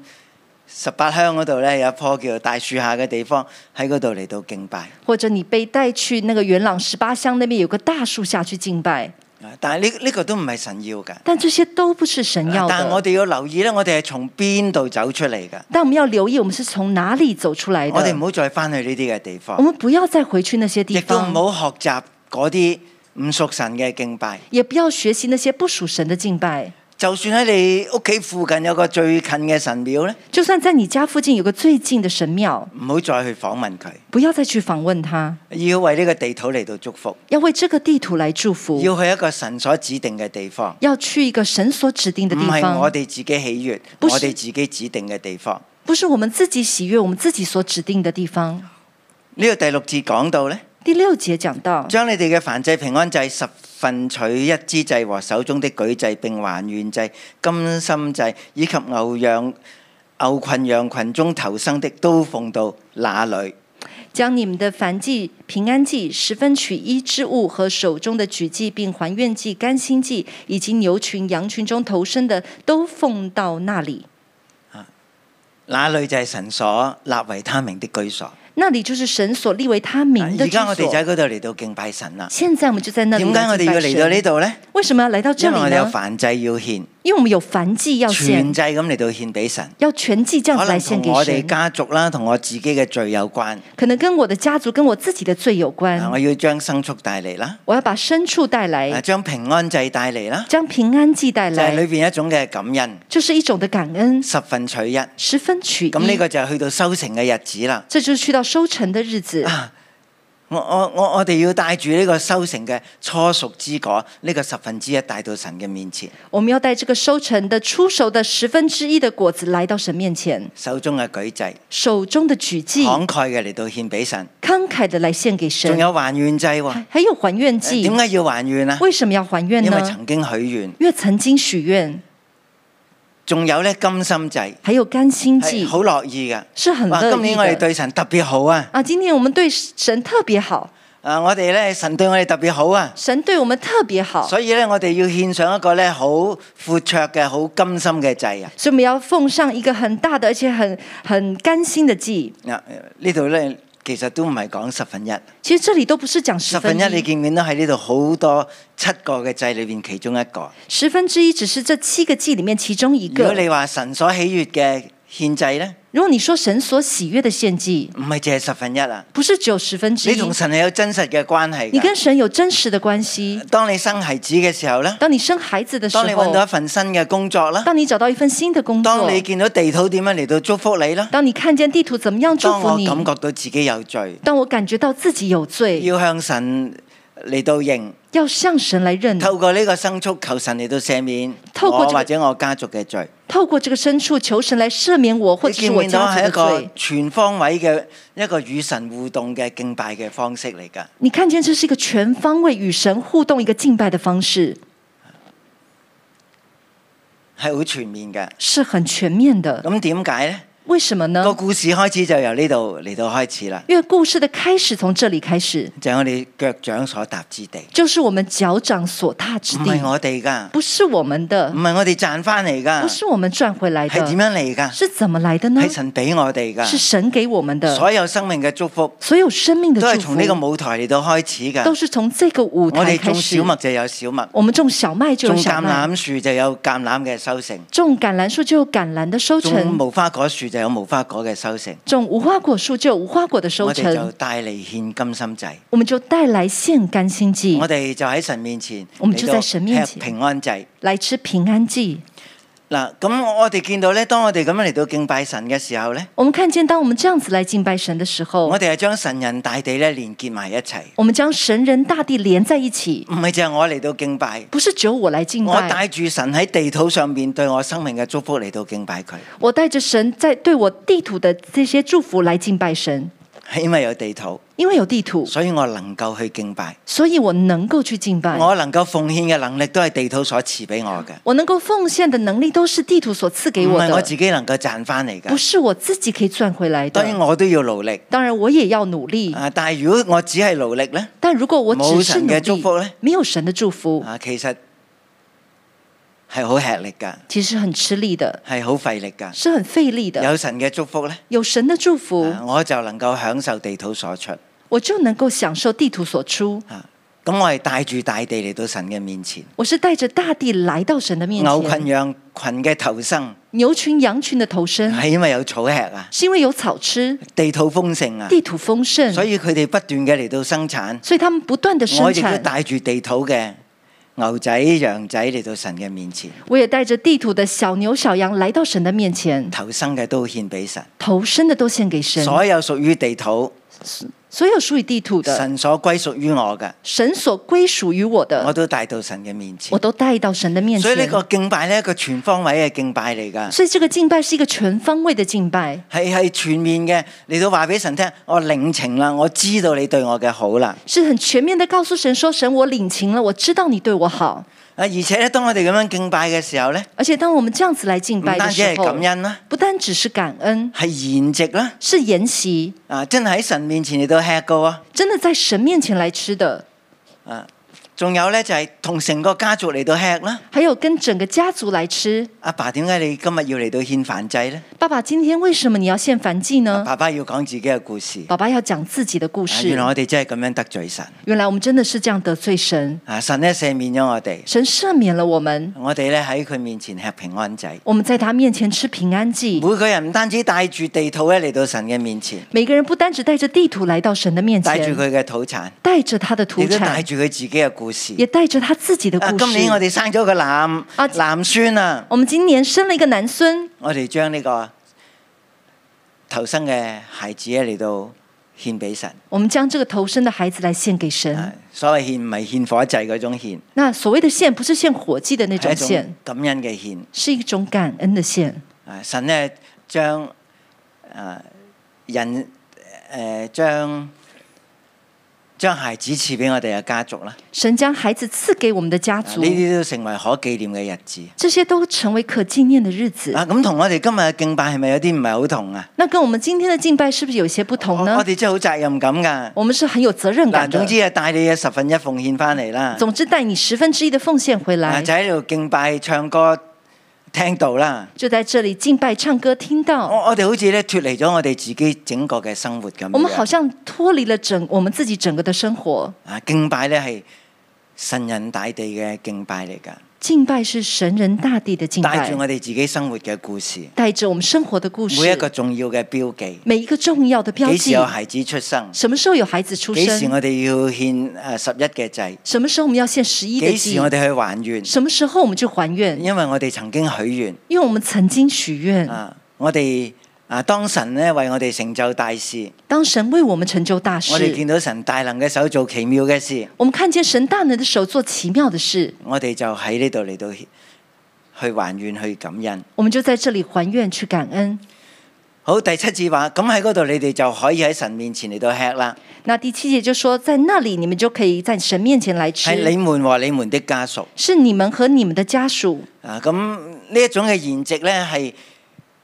[SPEAKER 2] 十八鄉嗰度咧有一棵叫大樹下嘅地方，喺嗰度嚟到敬拜。
[SPEAKER 3] 或者你被带去那个元朗十八乡那边有个大树下去敬拜，
[SPEAKER 2] 啊但係呢呢個都唔係神要㗎。
[SPEAKER 3] 但这些都不是神
[SPEAKER 2] 啊
[SPEAKER 3] 要
[SPEAKER 2] 但係我
[SPEAKER 3] 的。
[SPEAKER 2] 哋要留意咧，我哋係從邊度走出嚟㗎？
[SPEAKER 3] 但我们要留意，我们是从哪里走出来
[SPEAKER 2] 我哋唔
[SPEAKER 3] 的。
[SPEAKER 2] 好再翻去呢啲嘅地
[SPEAKER 3] 我
[SPEAKER 2] 方，
[SPEAKER 3] 们不要再回去那些地
[SPEAKER 2] 亦都
[SPEAKER 3] 方，
[SPEAKER 2] 唔好學習嗰啲唔屬神嘅敬拜。
[SPEAKER 3] 也不要学习那些不属神的敬拜。
[SPEAKER 2] 就算喺你屋企附近有個最近嘅神廟咧，
[SPEAKER 3] 就算在你家附近有个最近的神庙，
[SPEAKER 2] 唔好再去訪問佢，
[SPEAKER 3] 不要再去访问他，
[SPEAKER 2] 要為呢個地土嚟到祝福，
[SPEAKER 3] 要为这个地图来祝福，
[SPEAKER 2] 要去一個神所指定嘅地方。
[SPEAKER 3] 要去一个神所指定的
[SPEAKER 2] 唔
[SPEAKER 3] 地
[SPEAKER 2] 係我
[SPEAKER 3] 方，
[SPEAKER 2] 哋自己喜悦，
[SPEAKER 3] 不
[SPEAKER 2] 我
[SPEAKER 3] 是
[SPEAKER 2] 哋自己指定嘅地方。
[SPEAKER 3] 不是我们自己喜悦，我们自己所指定的地方。
[SPEAKER 2] 呢、個第六節講到呢，
[SPEAKER 3] 第六节讲到，
[SPEAKER 2] 將你哋嘅燔祭、平安祭、十份取一之祭和手中的舉祭並還願祭、甘心祭以及牛羊、牛群、羊群中投生的，都奉到那裏。
[SPEAKER 3] 将你们的燔祭、平安祭、十分取一之物和手中的举祭，并还愿祭、甘心祭，以及牛群、羊群中投生的，都奉到那里。
[SPEAKER 2] 那裏就係神所立為他名的居所。
[SPEAKER 3] 那里就是神所立为他名的
[SPEAKER 2] 而
[SPEAKER 3] 居所。
[SPEAKER 2] 哎家我哋就喺嗰度嚟到敬拜神啦。
[SPEAKER 3] 现在我们就在那里
[SPEAKER 2] 點解我哋要嚟到呢
[SPEAKER 3] 度？
[SPEAKER 2] 度呢？
[SPEAKER 3] 为什么要来到这
[SPEAKER 2] 因
[SPEAKER 3] 里
[SPEAKER 2] 為我哋有
[SPEAKER 3] 呢？
[SPEAKER 2] 燔祭要獻，
[SPEAKER 3] 因为我们有燔祭要献
[SPEAKER 2] 全，祭咁嚟到獻俾神。
[SPEAKER 3] 要全祭这样
[SPEAKER 2] 可
[SPEAKER 3] 子
[SPEAKER 2] 能
[SPEAKER 3] 来献
[SPEAKER 2] 同
[SPEAKER 3] 给
[SPEAKER 2] 我哋
[SPEAKER 3] 神，
[SPEAKER 2] 家族啦，同我自己嘅罪有關。
[SPEAKER 3] 可能跟我的家族、跟我自己的罪有
[SPEAKER 2] 啊
[SPEAKER 3] 关。
[SPEAKER 2] 我要將牲畜帶嚟啦，
[SPEAKER 3] 我要把牲畜带
[SPEAKER 2] 啊
[SPEAKER 3] 来，
[SPEAKER 2] 將平安祭帶嚟啦，
[SPEAKER 3] 将平安祭带
[SPEAKER 2] 就係裏
[SPEAKER 3] 来，
[SPEAKER 2] 边一種嘅感恩，
[SPEAKER 3] 就是一种的感恩，
[SPEAKER 2] 十分取一。咁
[SPEAKER 3] 十分取一。
[SPEAKER 2] 呢個就係去到收成嘅日子啦。
[SPEAKER 3] 这就是去到收成的日子，
[SPEAKER 2] 啊！我我我我哋要帶住呢個收成嘅初熟之果，呢、個十分之一帶到神嘅面前，
[SPEAKER 3] 我们要带这个收成的出手的十分之一的果子来到神面前，
[SPEAKER 2] 手中嘅舉祭，
[SPEAKER 3] 手中的举祭，
[SPEAKER 2] 慷慨嘅嚟到獻俾神，
[SPEAKER 3] 慷慨的来献给
[SPEAKER 2] 仲
[SPEAKER 3] 神。
[SPEAKER 2] 有還願祭喎。
[SPEAKER 3] 还还有还愿祭，
[SPEAKER 2] 點解要還願啊？
[SPEAKER 3] 为什么要还愿
[SPEAKER 2] 哎因為
[SPEAKER 3] 呢？
[SPEAKER 2] 曾經許願，
[SPEAKER 3] 因为曾經许愿，
[SPEAKER 2] 仲有咧甘心祭，
[SPEAKER 3] 还有甘心
[SPEAKER 2] 係
[SPEAKER 3] 祭，
[SPEAKER 2] 哎好樂意嘅。
[SPEAKER 3] 是很
[SPEAKER 2] 哇！
[SPEAKER 3] 乐
[SPEAKER 2] 今
[SPEAKER 3] 意
[SPEAKER 2] 年我哋
[SPEAKER 3] 的。
[SPEAKER 2] 對神特別好啊！
[SPEAKER 3] 啊，今天我们对神特别好，
[SPEAKER 2] 啊，我哋咧神對我哋特別好啊！
[SPEAKER 3] 神对我们特别好，
[SPEAKER 2] 所以咧，我哋要獻上一個咧好闊绰嘅、好甘心嘅祭啊！
[SPEAKER 3] 所以我们要奉上一个很大的，而且很很甘心的祭。
[SPEAKER 2] 嗱，啊呢度咧其實都唔係講十分一。
[SPEAKER 3] 其实这里都不是讲
[SPEAKER 2] 十
[SPEAKER 3] 十
[SPEAKER 2] 分
[SPEAKER 3] 分
[SPEAKER 2] 一你
[SPEAKER 3] 一，
[SPEAKER 2] 見唔見到喺呢度好多七個嘅祭裏邊其中一個。
[SPEAKER 3] 十分之一只是这七个祭里面其中一
[SPEAKER 2] 如果
[SPEAKER 3] 个。
[SPEAKER 2] 你話神所喜悦嘅獻祭咧，
[SPEAKER 3] 如果你说神所喜悦的献祭，
[SPEAKER 2] 唔係淨係十分一啊！
[SPEAKER 3] 不是只有十分之
[SPEAKER 2] 你
[SPEAKER 3] 一，
[SPEAKER 2] 同神係有真實嘅關係
[SPEAKER 3] 你跟
[SPEAKER 2] 㗎。
[SPEAKER 3] 神有真实的关系。
[SPEAKER 2] 當你生孩子嘅時候咧，
[SPEAKER 3] 当你生孩子的时
[SPEAKER 2] 當你揾到一
[SPEAKER 3] 候，
[SPEAKER 2] 份新嘅工作啦，
[SPEAKER 3] 当你找到一份新的工作
[SPEAKER 2] 當，你見到地土點樣嚟到祝福你啦，
[SPEAKER 3] 当你看见地图怎么样祝
[SPEAKER 2] 當
[SPEAKER 3] 福
[SPEAKER 2] 我
[SPEAKER 3] 你，
[SPEAKER 2] 感覺到自己有罪，
[SPEAKER 3] 当我感觉到自己有罪，
[SPEAKER 2] 要向神嚟到認，
[SPEAKER 3] 要向神来认，
[SPEAKER 2] 透過呢個牲畜求神嚟到赦免
[SPEAKER 3] 嗯透過
[SPEAKER 2] 我
[SPEAKER 3] 這個
[SPEAKER 2] 或者我家族嘅罪。
[SPEAKER 3] 透过这个牲畜求神来赦免我或
[SPEAKER 2] 你
[SPEAKER 3] 者是
[SPEAKER 2] 見
[SPEAKER 3] 我
[SPEAKER 2] 唔見到係
[SPEAKER 3] 家族
[SPEAKER 2] 一
[SPEAKER 3] 的
[SPEAKER 2] 個
[SPEAKER 3] 罪。
[SPEAKER 2] 全方位嘅一個與神互動嘅敬拜嘅方式嚟㗎。
[SPEAKER 3] 你看见这是一个全方位与神互动、一个敬拜的方式，
[SPEAKER 2] 係好全面嘅。
[SPEAKER 3] 是很全面的。
[SPEAKER 2] 咁點解呢？
[SPEAKER 3] 为什么
[SPEAKER 2] 個
[SPEAKER 3] 呢？
[SPEAKER 2] 故事開始就由呢度嚟到開始啦，
[SPEAKER 3] 因为故事的开始从这里开始，
[SPEAKER 2] 就係我哋腳掌所踏之地，
[SPEAKER 3] 就是我们脚掌所踏之
[SPEAKER 2] 唔係
[SPEAKER 3] 地，
[SPEAKER 2] 我哋㗎，
[SPEAKER 3] 不是我们
[SPEAKER 2] 唔
[SPEAKER 3] 的，
[SPEAKER 2] 係我哋賺翻嚟
[SPEAKER 3] 不
[SPEAKER 2] 㗎，
[SPEAKER 3] 是我们赚回来
[SPEAKER 2] 係點
[SPEAKER 3] 的，
[SPEAKER 2] 樣嚟㗎？
[SPEAKER 3] 是怎么来的呢
[SPEAKER 2] 係？神俾我哋
[SPEAKER 3] 是
[SPEAKER 2] 㗎，
[SPEAKER 3] 神给我们的，
[SPEAKER 2] 所有生命嘅祝福
[SPEAKER 3] 所有生命的
[SPEAKER 2] 都係
[SPEAKER 3] 祝
[SPEAKER 2] 從呢個
[SPEAKER 3] 福
[SPEAKER 2] 舞台嚟到開始
[SPEAKER 3] 都
[SPEAKER 2] 㗎。
[SPEAKER 3] 是从这个舞
[SPEAKER 2] 我
[SPEAKER 3] 台
[SPEAKER 2] 哋
[SPEAKER 3] 开
[SPEAKER 2] 種小
[SPEAKER 3] 始。
[SPEAKER 2] 麥就有小麥，
[SPEAKER 3] 我们种小麦就有
[SPEAKER 2] 種
[SPEAKER 3] 小
[SPEAKER 2] 橄
[SPEAKER 3] 麦，
[SPEAKER 2] 欖樹就有橄欖嘅收成，
[SPEAKER 3] 种橄榄树就有橄榄的收
[SPEAKER 2] 種
[SPEAKER 3] 成，
[SPEAKER 2] 無花果樹就有無花果嘅收成。
[SPEAKER 3] 种无花果树就有无花果的收
[SPEAKER 2] 我哋就
[SPEAKER 3] 成。
[SPEAKER 2] 帶嚟獻甘心祭，
[SPEAKER 3] 我们就带来献甘心祭
[SPEAKER 2] 我，哋就喺神面前，
[SPEAKER 3] 我們就在神面
[SPEAKER 2] 嚟到
[SPEAKER 3] 前
[SPEAKER 2] 吃平安祭。
[SPEAKER 3] 来吃平安祭。
[SPEAKER 2] 嗱，咁我哋見到咧，當我哋咁樣嚟到敬拜神嘅時候咧，
[SPEAKER 3] 我们看见，当我们这样子来敬拜神的时候
[SPEAKER 2] 我，哋係將神人大地咧連結埋一齊，
[SPEAKER 3] 我们将神人大地连在一起，
[SPEAKER 2] 唔係就係我嚟到敬拜，
[SPEAKER 3] 不是只有我来敬
[SPEAKER 2] 我
[SPEAKER 3] 拜，
[SPEAKER 2] 帶住神喺地土上面對我生命嘅祝福嚟到敬拜佢，
[SPEAKER 3] 我带着神在对我地土的这些祝福来敬拜神，
[SPEAKER 2] 係因為有地土，
[SPEAKER 3] 因为有地土，
[SPEAKER 2] 所以我能夠去敬拜，
[SPEAKER 3] 所以我能够去敬拜，
[SPEAKER 2] 我能夠奉獻嘅能力都係地土所賜俾我嘅，
[SPEAKER 3] 我能够奉献的能力都是地土所赐给
[SPEAKER 2] 唔
[SPEAKER 3] 我
[SPEAKER 2] 係我
[SPEAKER 3] 的，
[SPEAKER 2] 自己能夠賺翻嚟
[SPEAKER 3] 不
[SPEAKER 2] 㗎。
[SPEAKER 3] 是我自己可以赚回来
[SPEAKER 2] 當然
[SPEAKER 3] 的。
[SPEAKER 2] 我都要努力，
[SPEAKER 3] 当然，我也要努力。
[SPEAKER 2] 啊，但係如果我只係努力咧，
[SPEAKER 3] 但如果我只是
[SPEAKER 2] 冇神
[SPEAKER 3] 努
[SPEAKER 2] 嘅祝福
[SPEAKER 3] 力
[SPEAKER 2] 呢，
[SPEAKER 3] 没有神的祝福，
[SPEAKER 2] 啊，其實係好吃力㗎，
[SPEAKER 3] 其实很吃力的，
[SPEAKER 2] 係好費力㗎。
[SPEAKER 3] 是很费力的。
[SPEAKER 2] 有神嘅祝福咧。
[SPEAKER 3] 有神的祝福
[SPEAKER 2] 啊，我就能夠享受地土所出。
[SPEAKER 3] 我就能够享受地土所出。
[SPEAKER 2] 啊，咁我係帶住大地嚟到神嘅面前，
[SPEAKER 3] 我是带着大地来到神的面
[SPEAKER 2] 牛群
[SPEAKER 3] 前，
[SPEAKER 2] 羊群嘅頭生
[SPEAKER 3] 牛群、羊群的头身，
[SPEAKER 2] 係因為有草吃啊，
[SPEAKER 3] 是因为有草吃，
[SPEAKER 2] 地土豐盛啊，
[SPEAKER 3] 地土丰盛，
[SPEAKER 2] 哎所以佢哋不斷嘅嚟到生產。
[SPEAKER 3] 所以他们不断的
[SPEAKER 2] 我
[SPEAKER 3] 生
[SPEAKER 2] 亦都
[SPEAKER 3] 产。
[SPEAKER 2] 帶住地土嘅牛仔、羊仔嚟到神嘅面前，
[SPEAKER 3] 我也带着地土的小牛、小羊来到神的面前，
[SPEAKER 2] 頭生嘅都獻俾神。
[SPEAKER 3] 头身的都献给神。
[SPEAKER 2] 哎所有屬於地土，
[SPEAKER 3] 所有属于地土的，
[SPEAKER 2] 神所歸屬於我嘅，
[SPEAKER 3] 神所归属于我
[SPEAKER 2] 我
[SPEAKER 3] 的，
[SPEAKER 2] 都帶到神嘅面前
[SPEAKER 3] 我。都带到神的面
[SPEAKER 2] 所以呢
[SPEAKER 3] 前。
[SPEAKER 2] 個敬拜呢，一個全方位嘅敬拜嚟㗎。
[SPEAKER 3] 所以这个敬拜是一个全方位的敬拜，
[SPEAKER 2] 係係全面嘅嚟到話俾神聽，我領情啦，我知道你對我嘅好啦。
[SPEAKER 3] 是很全面的告诉神说：“神，我领情了，我知道你对我好。
[SPEAKER 2] 啊，而且咧，當我哋咁樣敬拜嘅時候咧，”
[SPEAKER 3] 而且当我们这样子来敬
[SPEAKER 2] 唔
[SPEAKER 3] 拜
[SPEAKER 2] 單
[SPEAKER 3] 的
[SPEAKER 2] 止
[SPEAKER 3] 时
[SPEAKER 2] 係
[SPEAKER 3] 候，
[SPEAKER 2] 感恩啦，
[SPEAKER 3] 不单只是感恩，
[SPEAKER 2] 係筵席啦，
[SPEAKER 3] 是筵席，
[SPEAKER 2] 啊，真係喺神面前嚟到吃過啊。
[SPEAKER 3] 真的在神面前来吃的，
[SPEAKER 2] 啊，仲有咧就係同成個家族嚟到吃啦。
[SPEAKER 3] 还有跟整个家族来吃。
[SPEAKER 2] 阿爸，點解你今日要嚟到獻飯祭咧？
[SPEAKER 3] 爸爸，今天为什么你要献燔祭呢？
[SPEAKER 2] 爸爸要講自己嘅故事。
[SPEAKER 3] 爸爸要讲自己的故
[SPEAKER 2] 啊
[SPEAKER 3] 哦事。
[SPEAKER 2] 原來我哋真係咁樣得罪神。
[SPEAKER 3] 原来我们真的是这样得罪神，
[SPEAKER 2] 啊，神咧赦免咗我哋，
[SPEAKER 3] 神赦免了我们，
[SPEAKER 2] 我哋咧喺佢面前吃平安仔。
[SPEAKER 3] 我们在他面前吃平安祭。
[SPEAKER 2] 每個人唔單止帶住地土咧嚟到神嘅面前，
[SPEAKER 3] 每个人不单只带着地图来到神的面
[SPEAKER 2] 帶住
[SPEAKER 3] 前，
[SPEAKER 2] 佢嘅土產，
[SPEAKER 3] 带着哎他的土
[SPEAKER 2] 亦都帶
[SPEAKER 3] 产，
[SPEAKER 2] 住佢自己嘅故事。
[SPEAKER 3] 也带着他自己的
[SPEAKER 2] 啊，
[SPEAKER 3] 故
[SPEAKER 2] 今
[SPEAKER 3] 事。
[SPEAKER 2] 年我哋生咗個男
[SPEAKER 3] 啊
[SPEAKER 2] 男孫啊，
[SPEAKER 3] 我们今年生了一个男孙，
[SPEAKER 2] 我哋將呢個投生嘅孩子咧嚟到獻俾神。
[SPEAKER 3] 我们将这个投生的孩子来献给
[SPEAKER 2] 啊
[SPEAKER 3] 神。
[SPEAKER 2] 所謂獻唔係獻火祭嗰種獻，
[SPEAKER 3] 那所谓的献，不是献火祭的那
[SPEAKER 2] 係
[SPEAKER 3] 哎种
[SPEAKER 2] 一種
[SPEAKER 3] 献，
[SPEAKER 2] 感恩嘅獻。
[SPEAKER 3] 是一种感恩的献。
[SPEAKER 2] 啊，神咧將啊人誒將將孩子賜俾我哋嘅家族啦，
[SPEAKER 3] 神将孩子赐给我们的家
[SPEAKER 2] 啊
[SPEAKER 3] 族
[SPEAKER 2] 呢，啲都成為可紀念嘅日子。
[SPEAKER 3] 这些都成为可纪念的日子。
[SPEAKER 2] 啊，咁同我哋今日嘅敬拜係咪有啲唔係好同啊？
[SPEAKER 3] 那跟我们今天的敬拜是不是有些不同
[SPEAKER 2] 我
[SPEAKER 3] 呢
[SPEAKER 2] 我？哋真係好責任感㗎。
[SPEAKER 3] 我们是很有责任
[SPEAKER 2] 嗱，
[SPEAKER 3] 感
[SPEAKER 2] 總
[SPEAKER 3] 的
[SPEAKER 2] 之。係帶你嘅十分一奉獻翻嚟啦。
[SPEAKER 3] 总之，带你十分之一的奉献回
[SPEAKER 2] 啊，
[SPEAKER 3] 来
[SPEAKER 2] 就，喺度敬拜、唱歌、聽道啦。
[SPEAKER 3] 就在这里敬拜、唱歌、听
[SPEAKER 2] 我
[SPEAKER 3] 到。
[SPEAKER 2] 我哋好似咧脱離咗我哋自己整個嘅生活咁樣。
[SPEAKER 3] 我们好像脱离了整我们自己整个的生活。
[SPEAKER 2] 啊，敬拜咧係神人大地嘅敬拜嚟㗎。
[SPEAKER 3] 敬拜是神人大地的敬
[SPEAKER 2] 帶
[SPEAKER 3] 拜
[SPEAKER 2] 住，我哋自己生活嘅故事，
[SPEAKER 3] 带着我们生活的故事，
[SPEAKER 2] 每一個重要嘅標記，
[SPEAKER 3] 每一個重要的标
[SPEAKER 2] 幾時
[SPEAKER 3] 记
[SPEAKER 2] 有。孩子出生，
[SPEAKER 3] 什么时候有孩子出
[SPEAKER 2] 幾時
[SPEAKER 3] 生？
[SPEAKER 2] 我哋要獻诶十一嘅祭，
[SPEAKER 3] 什么时候我们要献十一的
[SPEAKER 2] 幾
[SPEAKER 3] 祭
[SPEAKER 2] 時？我哋去還願，
[SPEAKER 3] 什么时候我们就还愿？
[SPEAKER 2] 因為我哋曾經許願
[SPEAKER 3] 因为我们曾经许愿，
[SPEAKER 2] 啊，我哋啊当神咧為我哋成就大事，
[SPEAKER 3] 当神为我们成就大
[SPEAKER 2] 我哋見
[SPEAKER 3] 事，
[SPEAKER 2] 到神大能嘅手做奇妙嘅事，
[SPEAKER 3] 我们看见神大能的手做奇妙的事，
[SPEAKER 2] 我哋就喺呢度嚟到去還願去感恩。
[SPEAKER 3] 我们就在这里还愿去感恩。
[SPEAKER 2] 好，第七節話，咁喺嗰度你哋就可以喺神面前嚟到吃啦，
[SPEAKER 3] 那第七节就说，在那里你们就可以在神面前来吃，
[SPEAKER 2] 係你們和你們的家屬。
[SPEAKER 3] 是你们和你们的家属。
[SPEAKER 2] 啊，咁呢一種嘅筵席咧，係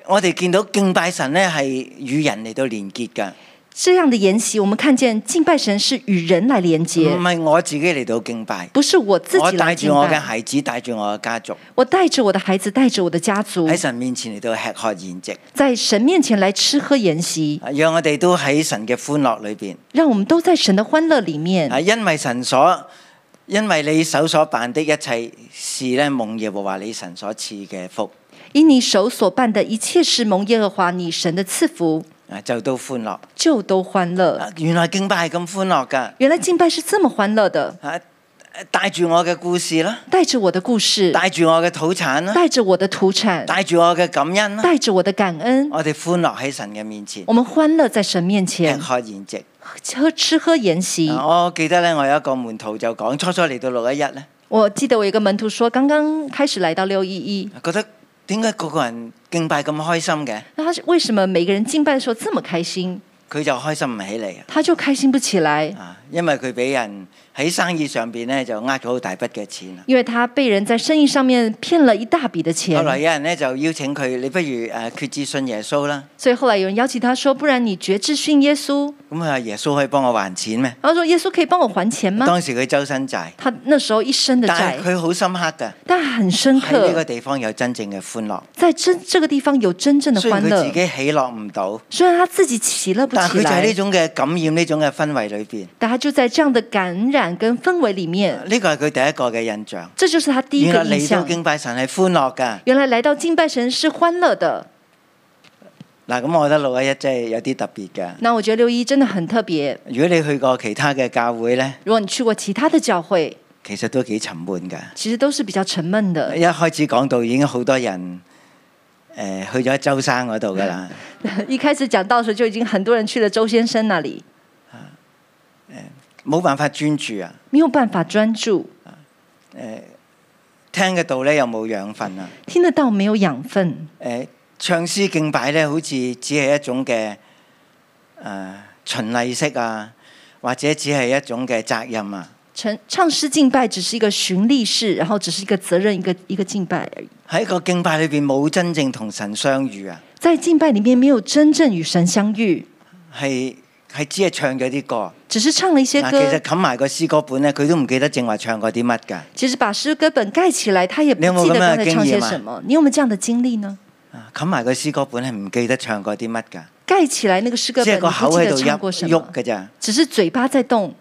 [SPEAKER 2] 我哋見到敬拜神咧，係與人嚟到連結㗎，
[SPEAKER 3] 这样的筵席，我们看见敬拜神是与人来连接
[SPEAKER 2] 唔，係我自己嚟到敬拜，
[SPEAKER 3] 不是我自
[SPEAKER 2] 我
[SPEAKER 3] 己来
[SPEAKER 2] 帶
[SPEAKER 3] 敬
[SPEAKER 2] 住嗯我嘅
[SPEAKER 3] 拜。
[SPEAKER 2] 孩子，帶住我嘅家族
[SPEAKER 3] 我带着我的孩子，带着我的家族
[SPEAKER 2] 喺，神面前嚟到吃喝筵席，
[SPEAKER 3] 在神面前来吃喝筵席，
[SPEAKER 2] 啊讓我哋都喺神嘅歡樂裏邊。
[SPEAKER 3] 让我們都在神的歡樂里面
[SPEAKER 2] 啊，。因為神所因為你手所辦的一切事咧，蒙耶和華你神所賜嘅福
[SPEAKER 3] 因你手所办的一切事，蒙耶和華你神的赐福，
[SPEAKER 2] 啊，就都歡樂。
[SPEAKER 3] 就都歡樂。
[SPEAKER 2] 啊原來敬拜係咁歡樂㗎，
[SPEAKER 3] 原來敬拜是這麼歡樂的，
[SPEAKER 2] 啊帶住我嘅故事啦，
[SPEAKER 3] 帶着我的故事，
[SPEAKER 2] 帶住我嘅土產啦。
[SPEAKER 3] 帶着我的土產，
[SPEAKER 2] 帶住我嘅感恩啦，
[SPEAKER 3] 帶着我的感恩，
[SPEAKER 2] 我哋歡樂喺神嘅面前，
[SPEAKER 3] 我們歡樂在神面
[SPEAKER 2] 吃
[SPEAKER 3] 前，
[SPEAKER 2] 喝筵席。
[SPEAKER 3] 喝吃喝筵席。
[SPEAKER 2] 啊我記得咧，我有一個門徒就講，初初嚟到六一一咧，
[SPEAKER 3] 我記得我有一個門徒說，剛剛開始來到六一一，
[SPEAKER 2] 覺得點解個個人敬拜咁開心嘅，
[SPEAKER 3] 那他是為什麼每個人敬拜的時候這麼開心，
[SPEAKER 2] 佢就開心唔起嚟
[SPEAKER 3] 他就開心不起來？
[SPEAKER 2] 啊！因為佢俾人喺生意上邊咧就呃咗好大筆嘅錢啊。
[SPEAKER 3] 因為他被人在生意上面騙了一大筆
[SPEAKER 2] 後
[SPEAKER 3] 的錢。
[SPEAKER 2] 來有人咧就邀請佢，你不如誒決志信耶穌啦。
[SPEAKER 3] 所以后来有人邀請他说：“不然你覺知信耶穌。
[SPEAKER 2] 咁佢話耶穌可以幫我還錢咩？”
[SPEAKER 3] 然后说：“耶穌可以幫我還錢嗎
[SPEAKER 2] 當時佢周身債？”，
[SPEAKER 3] 他那時候一身的
[SPEAKER 2] 但係
[SPEAKER 3] 啊債，
[SPEAKER 2] 佢好深刻㗎。
[SPEAKER 3] 但很深
[SPEAKER 2] 喺呢個
[SPEAKER 3] 刻，
[SPEAKER 2] 地方有真正嘅歡樂，
[SPEAKER 3] 在真这個地方有真正的
[SPEAKER 2] 雖然
[SPEAKER 3] 歡
[SPEAKER 2] 佢自
[SPEAKER 3] 樂。
[SPEAKER 2] 己喜樂唔到。
[SPEAKER 3] 雖然他自己喜樂不
[SPEAKER 2] 但
[SPEAKER 3] 起
[SPEAKER 2] 佢就喺呢
[SPEAKER 3] 來，
[SPEAKER 2] 種嘅感染呢種嘅氛圍裏邊，
[SPEAKER 3] 但他就在這樣的感染跟氛圍裡面，
[SPEAKER 2] 呢個係佢第一個嘅印象。
[SPEAKER 3] 這就是他第一
[SPEAKER 2] 呃原
[SPEAKER 3] 個
[SPEAKER 2] 來
[SPEAKER 3] 印
[SPEAKER 2] 嚟到
[SPEAKER 3] 象。
[SPEAKER 2] 敬拜神係歡樂㗎。
[SPEAKER 3] 原來來到敬拜神是歡樂的。
[SPEAKER 2] 嗱，咁我覺得六一一真係有啲特別㗎。
[SPEAKER 3] 那我覺得六一真的很特別。
[SPEAKER 2] 如果你去過其他嘅教會呢，
[SPEAKER 3] 如果你去過其他的教會，
[SPEAKER 2] 其實都幾沉悶㗎。
[SPEAKER 3] 其實都是比較沉悶的。 <laughs>
[SPEAKER 2] 一開始講到已經好多人誒、呃去咗周生嗰度㗎啦，
[SPEAKER 3] 一開始講到的時候，就已經很多人去了周先生那裡，
[SPEAKER 2] 冇辦法專注啊，
[SPEAKER 3] 沒有辦法專注。
[SPEAKER 2] 聽嘅道呢又冇養分啊。
[SPEAKER 3] 听得到没有養分，
[SPEAKER 2] 誒、唱詩敬拜呢，好似只係一種嘅誒、呃循例式啊，或者只係一種嘅責任啊。
[SPEAKER 3] 唱唱詩敬拜只是一個循例式，然後只是一個責任，一個一個敬拜而已。
[SPEAKER 2] 喺個敬拜裏邊冇真正同神相遇啊，
[SPEAKER 3] 在敬拜裡面沒有真正與神相遇，
[SPEAKER 2] 係係只係唱咗啲歌。
[SPEAKER 3] 只是唱了一些
[SPEAKER 2] 嗱，其實
[SPEAKER 3] 歌。
[SPEAKER 2] 冚埋個詩歌本咧，佢都唔記得正話唱過啲乜
[SPEAKER 3] 啊
[SPEAKER 2] 㗎。
[SPEAKER 3] 其實把詩歌本蓋起來，他也不
[SPEAKER 2] 你有冇
[SPEAKER 3] 記
[SPEAKER 2] 咁樣嘅
[SPEAKER 3] 得剛才唱
[SPEAKER 2] 經驗
[SPEAKER 3] 些
[SPEAKER 2] 啊
[SPEAKER 3] 什麼。你有沒有這樣的經歷呢？
[SPEAKER 2] 啊冚埋個詩歌本係唔記得唱過啲乜㗎，
[SPEAKER 3] 盖起来那个诗歌
[SPEAKER 2] 即係
[SPEAKER 3] 本，你
[SPEAKER 2] 個口
[SPEAKER 3] 不记
[SPEAKER 2] 喺
[SPEAKER 3] 得
[SPEAKER 2] 度
[SPEAKER 3] 唱过什
[SPEAKER 2] 喐
[SPEAKER 3] 么
[SPEAKER 2] 喐，㗎咋，
[SPEAKER 3] 只是嘴巴在动，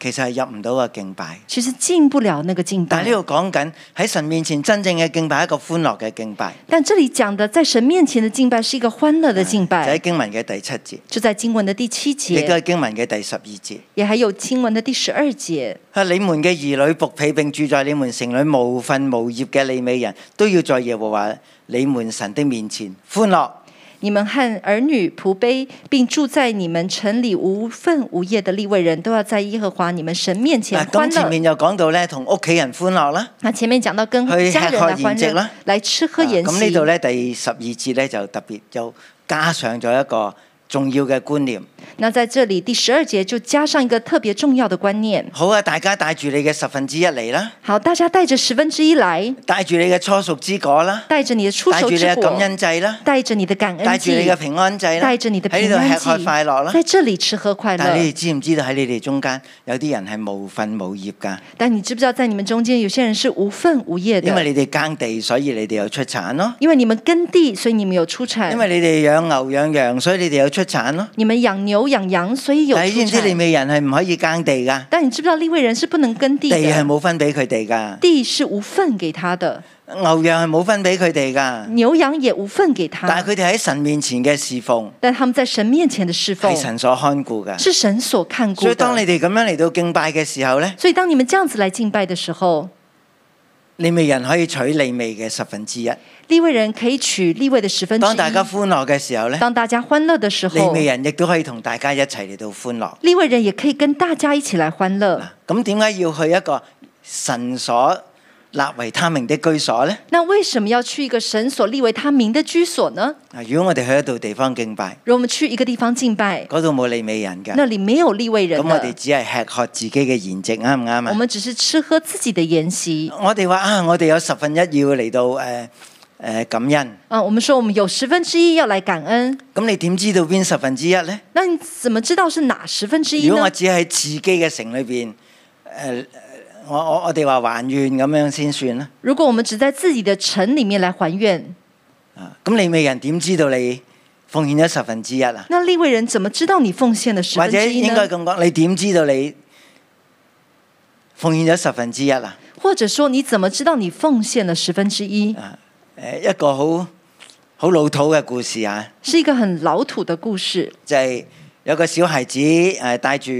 [SPEAKER 2] 其實係入唔到個敬拜。
[SPEAKER 3] 其实进不了那个敬
[SPEAKER 2] 但
[SPEAKER 3] 拜
[SPEAKER 2] 係。呢度講
[SPEAKER 3] 嗯
[SPEAKER 2] 緊喺神面前真正嘅敬拜係一個歡樂嘅敬拜，
[SPEAKER 3] 但这里讲的在神面前的敬拜是一个欢乐的敬
[SPEAKER 2] 就喺
[SPEAKER 3] 拜，
[SPEAKER 2] 經文嘅第七節，
[SPEAKER 3] 就在經文的第七
[SPEAKER 2] 亦都
[SPEAKER 3] 节，
[SPEAKER 2] 係經文嘅第十二節。
[SPEAKER 3] 也还有經文的第十二节。
[SPEAKER 2] 啊！你們嘅兒女仆婢並住在你們城裏無份無業嘅利美人都要在耶和華你們神的面前歡樂。
[SPEAKER 3] 你们和儿女仆婢，并住在你们城里无份无业的立位人都要在耶和华你们神面前
[SPEAKER 2] 嗱
[SPEAKER 3] 欢
[SPEAKER 2] 咁前
[SPEAKER 3] 乐。
[SPEAKER 2] 面又講到咧，同屋企人歡樂啦。
[SPEAKER 3] 那前面讲到跟
[SPEAKER 2] 去
[SPEAKER 3] 家人
[SPEAKER 2] 吃喝
[SPEAKER 3] 来欢
[SPEAKER 2] 筵席
[SPEAKER 3] 乐
[SPEAKER 2] 啦，
[SPEAKER 3] 来吃喝
[SPEAKER 2] 啊
[SPEAKER 3] 筵
[SPEAKER 2] 咁呢度
[SPEAKER 3] 席。
[SPEAKER 2] 咧第十二節咧就特別又加上咗一個重要嘅觀念。
[SPEAKER 3] 那在这里第十二节就加上一个特别重要的观念。
[SPEAKER 2] 好啊，大家帶住你嘅十分之一嚟啦，
[SPEAKER 3] 好，大家带着十分之一来，
[SPEAKER 2] 帶住你嘅初熟之果啦，
[SPEAKER 3] 带着你的出
[SPEAKER 2] 帶
[SPEAKER 3] 手
[SPEAKER 2] 住你
[SPEAKER 3] 之
[SPEAKER 2] 嘅感
[SPEAKER 3] 果，
[SPEAKER 2] 恩祭啦，
[SPEAKER 3] 带着你的感
[SPEAKER 2] 帶
[SPEAKER 3] 恩
[SPEAKER 2] 住你
[SPEAKER 3] 祭
[SPEAKER 2] 嘅，平安祭啦，
[SPEAKER 3] 带着你的
[SPEAKER 2] 喺
[SPEAKER 3] 平
[SPEAKER 2] 呢
[SPEAKER 3] 安
[SPEAKER 2] 度吃喝
[SPEAKER 3] 祭
[SPEAKER 2] 快樂，啦。
[SPEAKER 3] 在这里吃喝快
[SPEAKER 2] 但係你
[SPEAKER 3] 乐
[SPEAKER 2] 哋。知唔知道喺你哋中間有啲人係無份無業㗎？
[SPEAKER 3] 但你知不知道，在你们中间有些人是无份无业
[SPEAKER 2] 因
[SPEAKER 3] 的，
[SPEAKER 2] 為你哋耕地，所以你哋有出產咯。
[SPEAKER 3] 因为你们耕地，所以你们有出
[SPEAKER 2] 因
[SPEAKER 3] 产；
[SPEAKER 2] 為你哋養牛養羊，所以你哋有出產咯。
[SPEAKER 3] 你们养牛养羊，所以有
[SPEAKER 2] 但係知
[SPEAKER 3] 出
[SPEAKER 2] 唔知利
[SPEAKER 3] 产。
[SPEAKER 2] 美人係唔可以耕地㗎？
[SPEAKER 3] 但你知不知道，立位人是不能耕地
[SPEAKER 2] 地係
[SPEAKER 3] 的，
[SPEAKER 2] 冇分俾佢哋㗎，
[SPEAKER 3] 地是无份给他的，
[SPEAKER 2] 牛羊係冇分俾佢哋㗎。
[SPEAKER 3] 牛羊也无份给他
[SPEAKER 2] 但。係佢哋喺神面前嘅侍奉
[SPEAKER 3] 但他们在神面前的侍奉
[SPEAKER 2] 係神所看顧㗎。
[SPEAKER 3] 是神所看顾
[SPEAKER 2] 所以
[SPEAKER 3] 的。
[SPEAKER 2] 當你哋咁樣嚟到敬拜嘅時候呢，
[SPEAKER 3] 所以当你们这样子来敬拜的时候，
[SPEAKER 2] 利美人可以取利美嘅十分之一。
[SPEAKER 3] 立位人可以取立位的十分之一。
[SPEAKER 2] 當大家歡樂嘅時候呢，
[SPEAKER 3] 当大家欢乐的时
[SPEAKER 2] 利
[SPEAKER 3] 候，
[SPEAKER 2] 美啊人亦都可以同大家一齊嚟到歡樂。
[SPEAKER 3] 立位人也可以跟大家一起来欢乐。
[SPEAKER 2] 咁點解要去一個神所立為他名的居所呢？
[SPEAKER 3] 那为什么要去一个神所立为他名的居所呢？
[SPEAKER 2] 啊，如果我哋去一度地方敬拜，
[SPEAKER 3] 如果我们去一个地方敬拜，
[SPEAKER 2] 嗰度冇利美人㗎，
[SPEAKER 3] 那里没有立位人
[SPEAKER 2] 咁我哋
[SPEAKER 3] 的，
[SPEAKER 2] 只係吃喝自己嘅筵席，啱唔啱
[SPEAKER 3] 我
[SPEAKER 2] 啊？
[SPEAKER 3] 们只是吃喝自己的筵席。
[SPEAKER 2] 我哋話啊，我哋有十分一要嚟到誒誒感恩，
[SPEAKER 3] 嗯，我们说我们有十分之一要来感恩，
[SPEAKER 2] 咁你點知道邊十分之一呢？
[SPEAKER 3] 那你怎么知道是哪十分之一
[SPEAKER 2] 如果
[SPEAKER 3] 呢
[SPEAKER 2] 我？只係喺自己嘅城裏邊誒。呃我我我哋話還願咁樣先算啦，
[SPEAKER 3] 如果我们只在自己的城里面来还愿，
[SPEAKER 2] 啊咁利美人點知道你奉獻咗十分之一啊？
[SPEAKER 3] 那立位人怎么知道你奉献了十
[SPEAKER 2] 或
[SPEAKER 3] 分
[SPEAKER 2] 者
[SPEAKER 3] 之一
[SPEAKER 2] 應該
[SPEAKER 3] 呢？
[SPEAKER 2] 咁講，你點知道你奉獻咗十分之一啊？
[SPEAKER 3] 或者说你怎么知道你奉献了十分之一？
[SPEAKER 2] 呃誒一個好好老土嘅故事啊，
[SPEAKER 3] 是一个很老土的故事，
[SPEAKER 2] 就係、有個小孩子誒帶住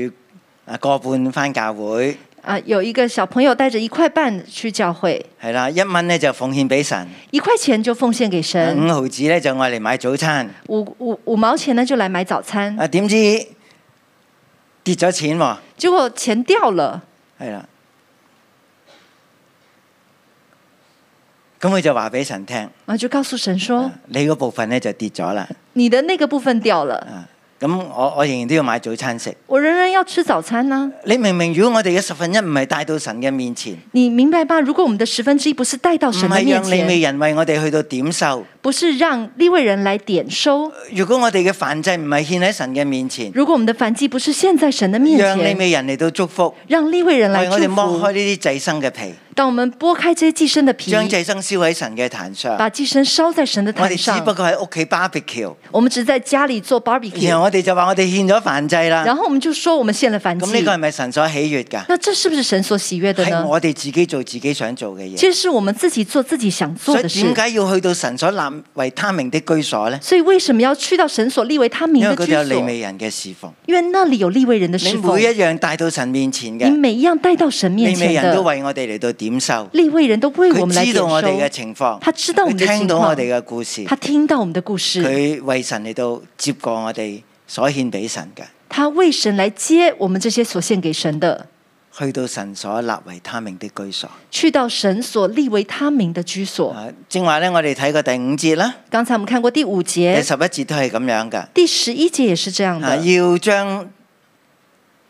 [SPEAKER 2] 啊個半翻教會，
[SPEAKER 3] 啊，有一个小朋友带着一块半去教会，
[SPEAKER 2] 係啦，一蚊咧就奉獻俾神，
[SPEAKER 3] 一块钱就奉献给神，
[SPEAKER 2] 五毫子咧就愛嚟買早餐。
[SPEAKER 3] 五五五毛钱呢就来买早餐，
[SPEAKER 2] 啊點知跌咗錢喎，
[SPEAKER 3] 结果钱掉了，
[SPEAKER 2] 係啦。咁佢就話俾神聽，
[SPEAKER 3] 啊，就告诉神说
[SPEAKER 2] 你嗰部分咧就跌咗啦。
[SPEAKER 3] 你的那个部分掉了，
[SPEAKER 2] 啊，咁我我仍然都要買早餐食。
[SPEAKER 3] 我仍然要吃早餐呢、
[SPEAKER 2] 你明唔明？如果我哋嘅十分一唔係帶到神嘅面前，
[SPEAKER 3] 你明白吗？如果我们的十分之一不是带到
[SPEAKER 2] 唔
[SPEAKER 3] 神的
[SPEAKER 2] 係
[SPEAKER 3] 面
[SPEAKER 2] 讓利美
[SPEAKER 3] 前，
[SPEAKER 2] 人為我哋去到點收。
[SPEAKER 3] 不是让立位人来点收，
[SPEAKER 2] 如果我哋嘅燔祭唔係獻喺神嘅面前，
[SPEAKER 3] 如果我们的反祭不是现在神的面
[SPEAKER 2] 讓利
[SPEAKER 3] 前，
[SPEAKER 2] 美人嚟到祝福，
[SPEAKER 3] 让立位人来
[SPEAKER 2] 為哎我哋
[SPEAKER 3] 祝
[SPEAKER 2] 剝開
[SPEAKER 3] 福，
[SPEAKER 2] 呢啲祭牲嘅皮，
[SPEAKER 3] 当我们剥开这些寄生的皮，
[SPEAKER 2] 將祭牲燒喺神嘅壇上。
[SPEAKER 3] 把寄生烧在神的
[SPEAKER 2] 我
[SPEAKER 3] 嗯坛
[SPEAKER 2] 哋只
[SPEAKER 3] 上
[SPEAKER 2] 不，過喺屋企 barbecue，
[SPEAKER 3] 我们只是在家里做 barbecue
[SPEAKER 2] 然。後我哋就話我哋獻咗燔祭啦。
[SPEAKER 3] 然後我们就說我們献了燔
[SPEAKER 2] 咁呢
[SPEAKER 3] 祭
[SPEAKER 2] 個，係咪神所喜悅㗎？
[SPEAKER 3] 那這是不是神所喜悦的
[SPEAKER 2] 係
[SPEAKER 3] 呢？
[SPEAKER 2] 我哋自己做自己想做嘅嘢。
[SPEAKER 3] 其實是我們自己做自己想做
[SPEAKER 2] 所以
[SPEAKER 3] 的事
[SPEAKER 2] 點。解要去到神所立為他名的居所呢？
[SPEAKER 3] 所以為什麼要去到神所立為他名
[SPEAKER 2] 因為
[SPEAKER 3] 的
[SPEAKER 2] 嗰
[SPEAKER 3] 居
[SPEAKER 2] 度有
[SPEAKER 3] 所？
[SPEAKER 2] 利美人嘅侍奉。
[SPEAKER 3] 因為那裡有立位人的
[SPEAKER 2] 你
[SPEAKER 3] 侍奉
[SPEAKER 2] 每一，樣帶到神面前
[SPEAKER 3] 你
[SPEAKER 2] 嘅，
[SPEAKER 3] 每一樣帶到神面
[SPEAKER 2] 利美
[SPEAKER 3] 前
[SPEAKER 2] 人都
[SPEAKER 3] 的，
[SPEAKER 2] 為我哋嚟到點收。
[SPEAKER 3] 立位人都為我們來
[SPEAKER 2] 佢
[SPEAKER 3] 點
[SPEAKER 2] 知道我哋嘅
[SPEAKER 3] 收。
[SPEAKER 2] 情況，
[SPEAKER 3] 他知道我
[SPEAKER 2] 佢
[SPEAKER 3] 們的情況
[SPEAKER 2] 聽到我哋嘅故事，
[SPEAKER 3] 他聽到我們的故事，
[SPEAKER 2] 佢為神嚟到接過我哋所獻俾神嘅，
[SPEAKER 3] 他為神來接我們這些所獻給神的，
[SPEAKER 2] 去到神所立為他名的居所。
[SPEAKER 3] 去到神所立為他名的居所。
[SPEAKER 2] 啊，正話咧，我哋睇過第五節啦，
[SPEAKER 3] 剛才我們看過第五
[SPEAKER 2] 第
[SPEAKER 3] 節，
[SPEAKER 2] 十一節都係咁樣噶。
[SPEAKER 3] 第十一節也是這樣
[SPEAKER 2] 哎啊，
[SPEAKER 3] 的，
[SPEAKER 2] 要將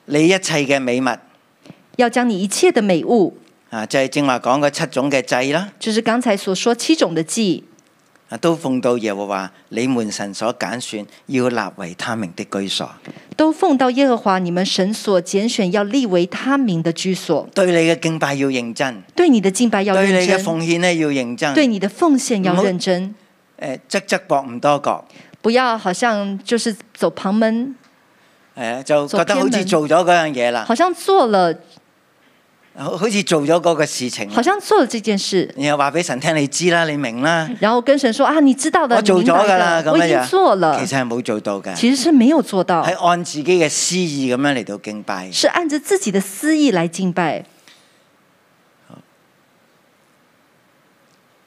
[SPEAKER 2] 你一切嘅美物
[SPEAKER 3] 要將你一切的美物，
[SPEAKER 2] 啊，就係正話講嗰七種嘅祭啦，
[SPEAKER 3] 就是剛才所說七種的祭，
[SPEAKER 2] 啊都奉到耶和華你們神所揀選，要立為他名的居所。
[SPEAKER 3] 都奉到耶和华你们神所拣选要立为他名的居所。
[SPEAKER 2] 對你嘅敬拜要認真，
[SPEAKER 3] 对你的敬拜要
[SPEAKER 2] 對
[SPEAKER 3] 认
[SPEAKER 2] 你嘅
[SPEAKER 3] 真，
[SPEAKER 2] 奉獻咧要認真。
[SPEAKER 3] 对你的奉献要认真，
[SPEAKER 2] 誒側側膊唔多覺，
[SPEAKER 3] 不要好像就是走旁门，
[SPEAKER 2] 誒就覺得
[SPEAKER 3] 做偏
[SPEAKER 2] 好似
[SPEAKER 3] 門
[SPEAKER 2] 做咗嗰樣嘢啦，
[SPEAKER 3] 好像做了，
[SPEAKER 2] 好好似做咗嗰個事情啦，
[SPEAKER 3] 好像做了这件事，
[SPEAKER 2] 然後話俾神聽你知啦，你明啦，
[SPEAKER 3] 然后跟神说啊，你知道的，
[SPEAKER 2] 我
[SPEAKER 3] 你
[SPEAKER 2] 做
[SPEAKER 3] 明白
[SPEAKER 2] 咗㗎啦，咁
[SPEAKER 3] 的我已
[SPEAKER 2] 樣
[SPEAKER 3] 经
[SPEAKER 2] 樣
[SPEAKER 3] 做了
[SPEAKER 2] 其，實係冇做到嘅，
[SPEAKER 3] 其实是没有做到，
[SPEAKER 2] 係按自己嘅私意咁樣嚟到敬拜。
[SPEAKER 3] 是按着自己的私意来敬拜。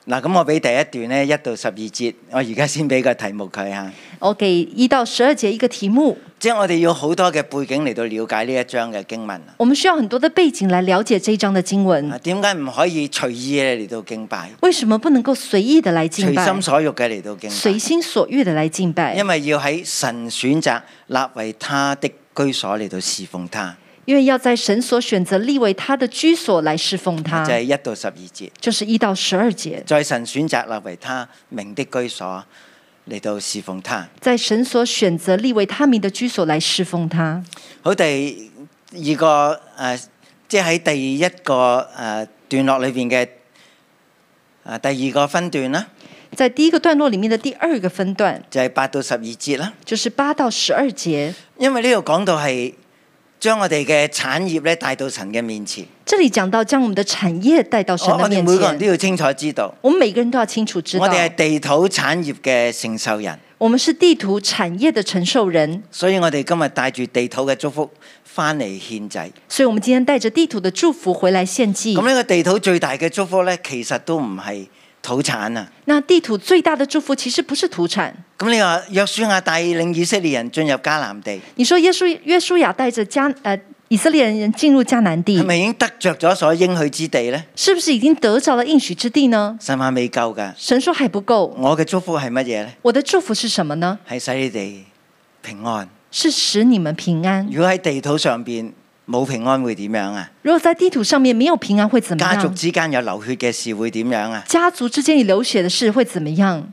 [SPEAKER 2] 嗱，咁我俾第一段呢，一到十二節，我而家先俾個題目佢嚇，
[SPEAKER 3] 我给一到十二节一个题目，
[SPEAKER 2] 即係我哋要好多嘅背景嚟到了解呢一章嘅經文。
[SPEAKER 3] 我们需要很多的背景来了解这一章的经
[SPEAKER 2] 啊，
[SPEAKER 3] 文。
[SPEAKER 2] 點解唔可以隨意嘅嚟到敬拜，
[SPEAKER 3] 为什么不能够随意的来敬
[SPEAKER 2] 隨
[SPEAKER 3] 拜
[SPEAKER 2] 心，所欲嘅嚟到敬
[SPEAKER 3] 随
[SPEAKER 2] 拜？
[SPEAKER 3] 心所欲的来敬拜
[SPEAKER 2] 因？為要喺神選擇立為他的居所嚟到侍奉他，
[SPEAKER 3] 因为要在神所选择立为他的居所来侍奉他
[SPEAKER 2] 就，係一到十二節。
[SPEAKER 3] 就是一到十二节，
[SPEAKER 2] 在神選擇立為他名的居所嚟到侍奉他。
[SPEAKER 3] 在神所选择立为他名的居所来侍奉他。
[SPEAKER 2] 好，第二個誒、呃即係喺第一個誒、呃段落裏邊嘅誒第二個分段啦，
[SPEAKER 3] 在第一个段落里面的第二个分段，
[SPEAKER 2] 就係、八到十二節啦。
[SPEAKER 3] 就是八到十二节，
[SPEAKER 2] 因為呢度講到係將我哋嘅產業咧帶到神嘅面前，
[SPEAKER 3] 这里讲到将我们的产业带到神
[SPEAKER 2] 我
[SPEAKER 3] 的
[SPEAKER 2] 我哋
[SPEAKER 3] 面
[SPEAKER 2] 哦每個人都
[SPEAKER 3] 前。
[SPEAKER 2] 要清楚知道，
[SPEAKER 3] 我们每个人都要清楚知道
[SPEAKER 2] 我，哋係地土產業嘅承受人，
[SPEAKER 3] 我们是地图产业的承受人，
[SPEAKER 2] 所以我哋今日帶住地土嘅祝福翻嚟獻祭。
[SPEAKER 3] 所以我们今天带着地图的祝福回来献祭
[SPEAKER 2] 咁。呢個地土最大嘅祝福咧，其實都唔係土產啊。
[SPEAKER 3] 那地图最大的祝福其实不是土产。
[SPEAKER 2] 咁你話約書亞帶領以色列人進入迦南地。
[SPEAKER 3] 你说耶稣约书亚带着迦呃以色列人进入迦南
[SPEAKER 2] 係
[SPEAKER 3] 地，
[SPEAKER 2] 咪已經得着咗所應許之地呢？
[SPEAKER 3] 是不是已经得着了应许之地呢？
[SPEAKER 2] 神話未夠㗎，
[SPEAKER 3] 神说还不够，
[SPEAKER 2] 我嘅祝福係乜嘢呢？
[SPEAKER 3] 我的祝福是什么呢？
[SPEAKER 2] 係使你哋平安。
[SPEAKER 3] 是使你们平安。
[SPEAKER 2] 如果喺地土上邊冇平安會點樣啊？
[SPEAKER 3] 如果在地图上面没有平安会怎么
[SPEAKER 2] 家族
[SPEAKER 3] 样？
[SPEAKER 2] 之間有流血嘅事會點樣啊？
[SPEAKER 3] 家族之间有流血的事会怎么样？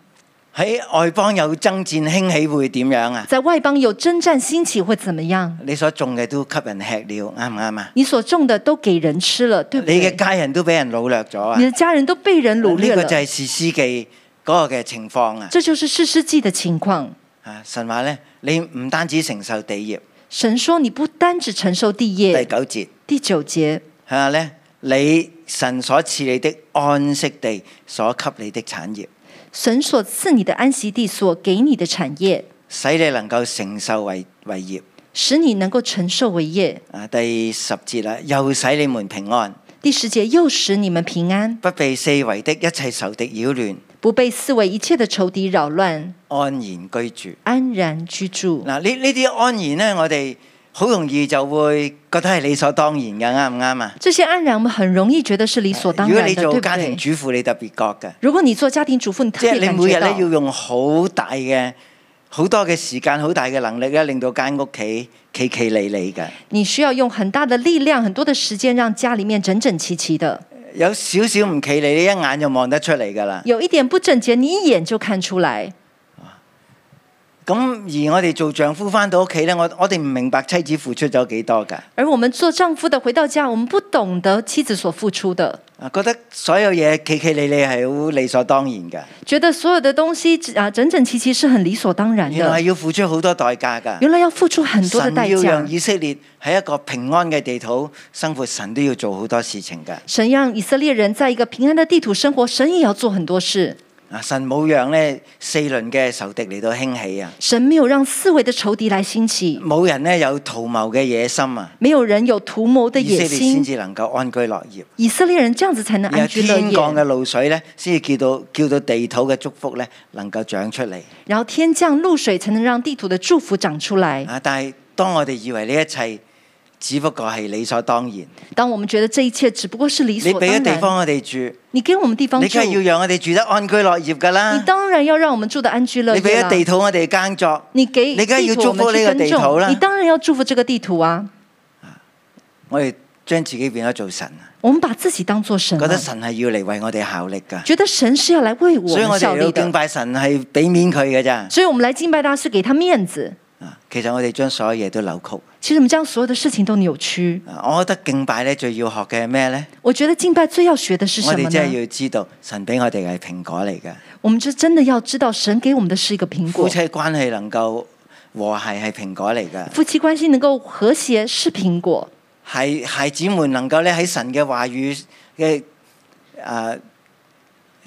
[SPEAKER 2] 喺外邦有爭戰興起會點樣啊？
[SPEAKER 3] 在外邦有征战兴起会怎么样？
[SPEAKER 2] 你所種嘅都給人吃了，啱唔啱啊？
[SPEAKER 3] 你所种的都给人吃了，对
[SPEAKER 2] 你
[SPEAKER 3] 不对？
[SPEAKER 2] 嘅家人都俾人掳掠咗啊！
[SPEAKER 3] 你
[SPEAKER 2] 呢
[SPEAKER 3] 的家人都被人掳掠
[SPEAKER 2] 個
[SPEAKER 3] 了，
[SPEAKER 2] 就係士師記嗰個嘅情況啊！
[SPEAKER 3] 这就是世世纪的情況。
[SPEAKER 2] 啊，神話呢，你唔單止承受地業，
[SPEAKER 3] 神说：“你不单只承受地
[SPEAKER 2] 第
[SPEAKER 3] 业。
[SPEAKER 2] 九節。”
[SPEAKER 3] 第九节，
[SPEAKER 2] 睇下咧，啊你神所賜你的安息地所給你的產業，
[SPEAKER 3] 神所赐你的安息地所给你的产业，
[SPEAKER 2] 使你能夠承受為為業。
[SPEAKER 3] 使你能够承受为业。
[SPEAKER 2] 啊，第十節啦，又使你們平安，
[SPEAKER 3] 第十节，又使你们平安，
[SPEAKER 2] 不被四圍的一切仇敵擾亂，
[SPEAKER 3] 不被四围一切的仇敌扰乱，
[SPEAKER 2] 安然居住。
[SPEAKER 3] 安然居住。
[SPEAKER 2] 嗱，呢呢啲安然呢，我哋好容易就會覺得係理所當然嘅，啱唔啱啊？
[SPEAKER 3] 这些安然，我们很容易觉得是理所当
[SPEAKER 2] 如果
[SPEAKER 3] 然
[SPEAKER 2] 你
[SPEAKER 3] 的，对
[SPEAKER 2] 做
[SPEAKER 3] 不
[SPEAKER 2] 家庭
[SPEAKER 3] 对？
[SPEAKER 2] 主婦，你特別覺嘅，
[SPEAKER 3] 如果你做家庭主妇，你特
[SPEAKER 2] 即係
[SPEAKER 3] 别
[SPEAKER 2] 啊你
[SPEAKER 3] 感
[SPEAKER 2] 每
[SPEAKER 3] 觉
[SPEAKER 2] 日咧要
[SPEAKER 3] 到，
[SPEAKER 2] 用好大嘅、好多嘅時間、好大嘅能力咧，令到間屋企企企理理嘅。
[SPEAKER 3] 你需要用很大的力量、很多的时间，让家里面整整齐齐的。
[SPEAKER 2] 有少少唔企理，你一眼就望得出嚟㗎啦。
[SPEAKER 3] 有一点不整洁，你一眼就看出来。
[SPEAKER 2] 咁而我哋做丈夫翻到屋企呢，我我哋唔明白妻子付出咗幾多㗎，
[SPEAKER 3] 而我们做丈夫的回到家，我们不懂得妻子所付出的，
[SPEAKER 2] 啊覺得所有嘢企企理理係好理所當然㗎，
[SPEAKER 3] 觉得所有的东西啊整整齐齐是很理所当然
[SPEAKER 2] 原來係
[SPEAKER 3] 的。
[SPEAKER 2] 要付出好多代價㗎。
[SPEAKER 3] 原来要付出很多的
[SPEAKER 2] 神
[SPEAKER 3] 代
[SPEAKER 2] 要
[SPEAKER 3] 价
[SPEAKER 2] 讓。以色列喺一個平安嘅地土生活，神都要做好多事情㗎。
[SPEAKER 3] 神让以色列人在一个平安的地图生活，神也要做很多事。
[SPEAKER 2] 啊，神冇讓呢四輪嘅仇敵嚟到興起啊，
[SPEAKER 3] 神没有让四围的仇敌来兴起，
[SPEAKER 2] 冇人呢有圖謀嘅野心啊，
[SPEAKER 3] 没有人有图谋的
[SPEAKER 2] 以色列
[SPEAKER 3] 野
[SPEAKER 2] 先
[SPEAKER 3] 心，
[SPEAKER 2] 至能夠安居樂業。
[SPEAKER 3] 以色列人这样子才能
[SPEAKER 2] 然
[SPEAKER 3] 安
[SPEAKER 2] 後
[SPEAKER 3] 居乐
[SPEAKER 2] 天降嘅
[SPEAKER 3] 业。
[SPEAKER 2] 露水咧，先至叫到叫到地土嘅祝福咧，能夠長出嚟。
[SPEAKER 3] 然后天降露水，才能让地图的祝福长出来。
[SPEAKER 2] 啊！但係當我哋以為呢一切只不過係理所當然，
[SPEAKER 3] 当我们觉得这一切只不过是理
[SPEAKER 2] 你
[SPEAKER 3] 所当
[SPEAKER 2] 俾咗地
[SPEAKER 3] 然，
[SPEAKER 2] 方我哋住，
[SPEAKER 3] 你给我们地方
[SPEAKER 2] 你
[SPEAKER 3] 住
[SPEAKER 2] 梗，係要讓我哋住得安居樂業㗎
[SPEAKER 3] 你
[SPEAKER 2] 啦。
[SPEAKER 3] 当然要让我们住的安居乐
[SPEAKER 2] 你俾
[SPEAKER 3] 业
[SPEAKER 2] 咗
[SPEAKER 3] 啦。
[SPEAKER 2] 地土我哋耕作，
[SPEAKER 3] 你给
[SPEAKER 2] 你梗係要
[SPEAKER 3] 地
[SPEAKER 2] 祝
[SPEAKER 3] 图我
[SPEAKER 2] 福
[SPEAKER 3] 们
[SPEAKER 2] 呢
[SPEAKER 3] 去
[SPEAKER 2] 個
[SPEAKER 3] 耕
[SPEAKER 2] 地圖啦
[SPEAKER 3] 种，你当然要祝福这个地图啊！
[SPEAKER 2] 我哋將自己變咗做神，啊
[SPEAKER 3] 我们把自己当做神
[SPEAKER 2] 覺得
[SPEAKER 3] 了，
[SPEAKER 2] 神係要嚟為我哋效力㗎。
[SPEAKER 3] 觉得神是要来为我
[SPEAKER 2] 所以我
[SPEAKER 3] 们效
[SPEAKER 2] 哋
[SPEAKER 3] 力
[SPEAKER 2] 要敬
[SPEAKER 3] 的，
[SPEAKER 2] 拜神係俾面佢嘅咋。
[SPEAKER 3] 所以我们来敬拜他是给他面子。
[SPEAKER 2] 啊，其實我哋將所有嘢都扭曲。
[SPEAKER 3] 其實我们将所有的事情都扭曲。
[SPEAKER 2] 啊我覺得敬拜咧最要學嘅係咩咧？
[SPEAKER 3] 我觉得敬拜最要学的是
[SPEAKER 2] 我
[SPEAKER 3] 什
[SPEAKER 2] 哋
[SPEAKER 3] 么
[SPEAKER 2] 真
[SPEAKER 3] 呢？
[SPEAKER 2] 係要知道神俾我哋係蘋果嚟嘅。
[SPEAKER 3] 我我们就真的要知道，神给我们的是一个苹
[SPEAKER 2] 夫
[SPEAKER 3] 果。
[SPEAKER 2] 妻關係能夠和諧係蘋果嚟㗎，
[SPEAKER 3] 夫妻关系能够和谐是苹果，
[SPEAKER 2] 係孩子們能夠咧喺神嘅話語嘅啊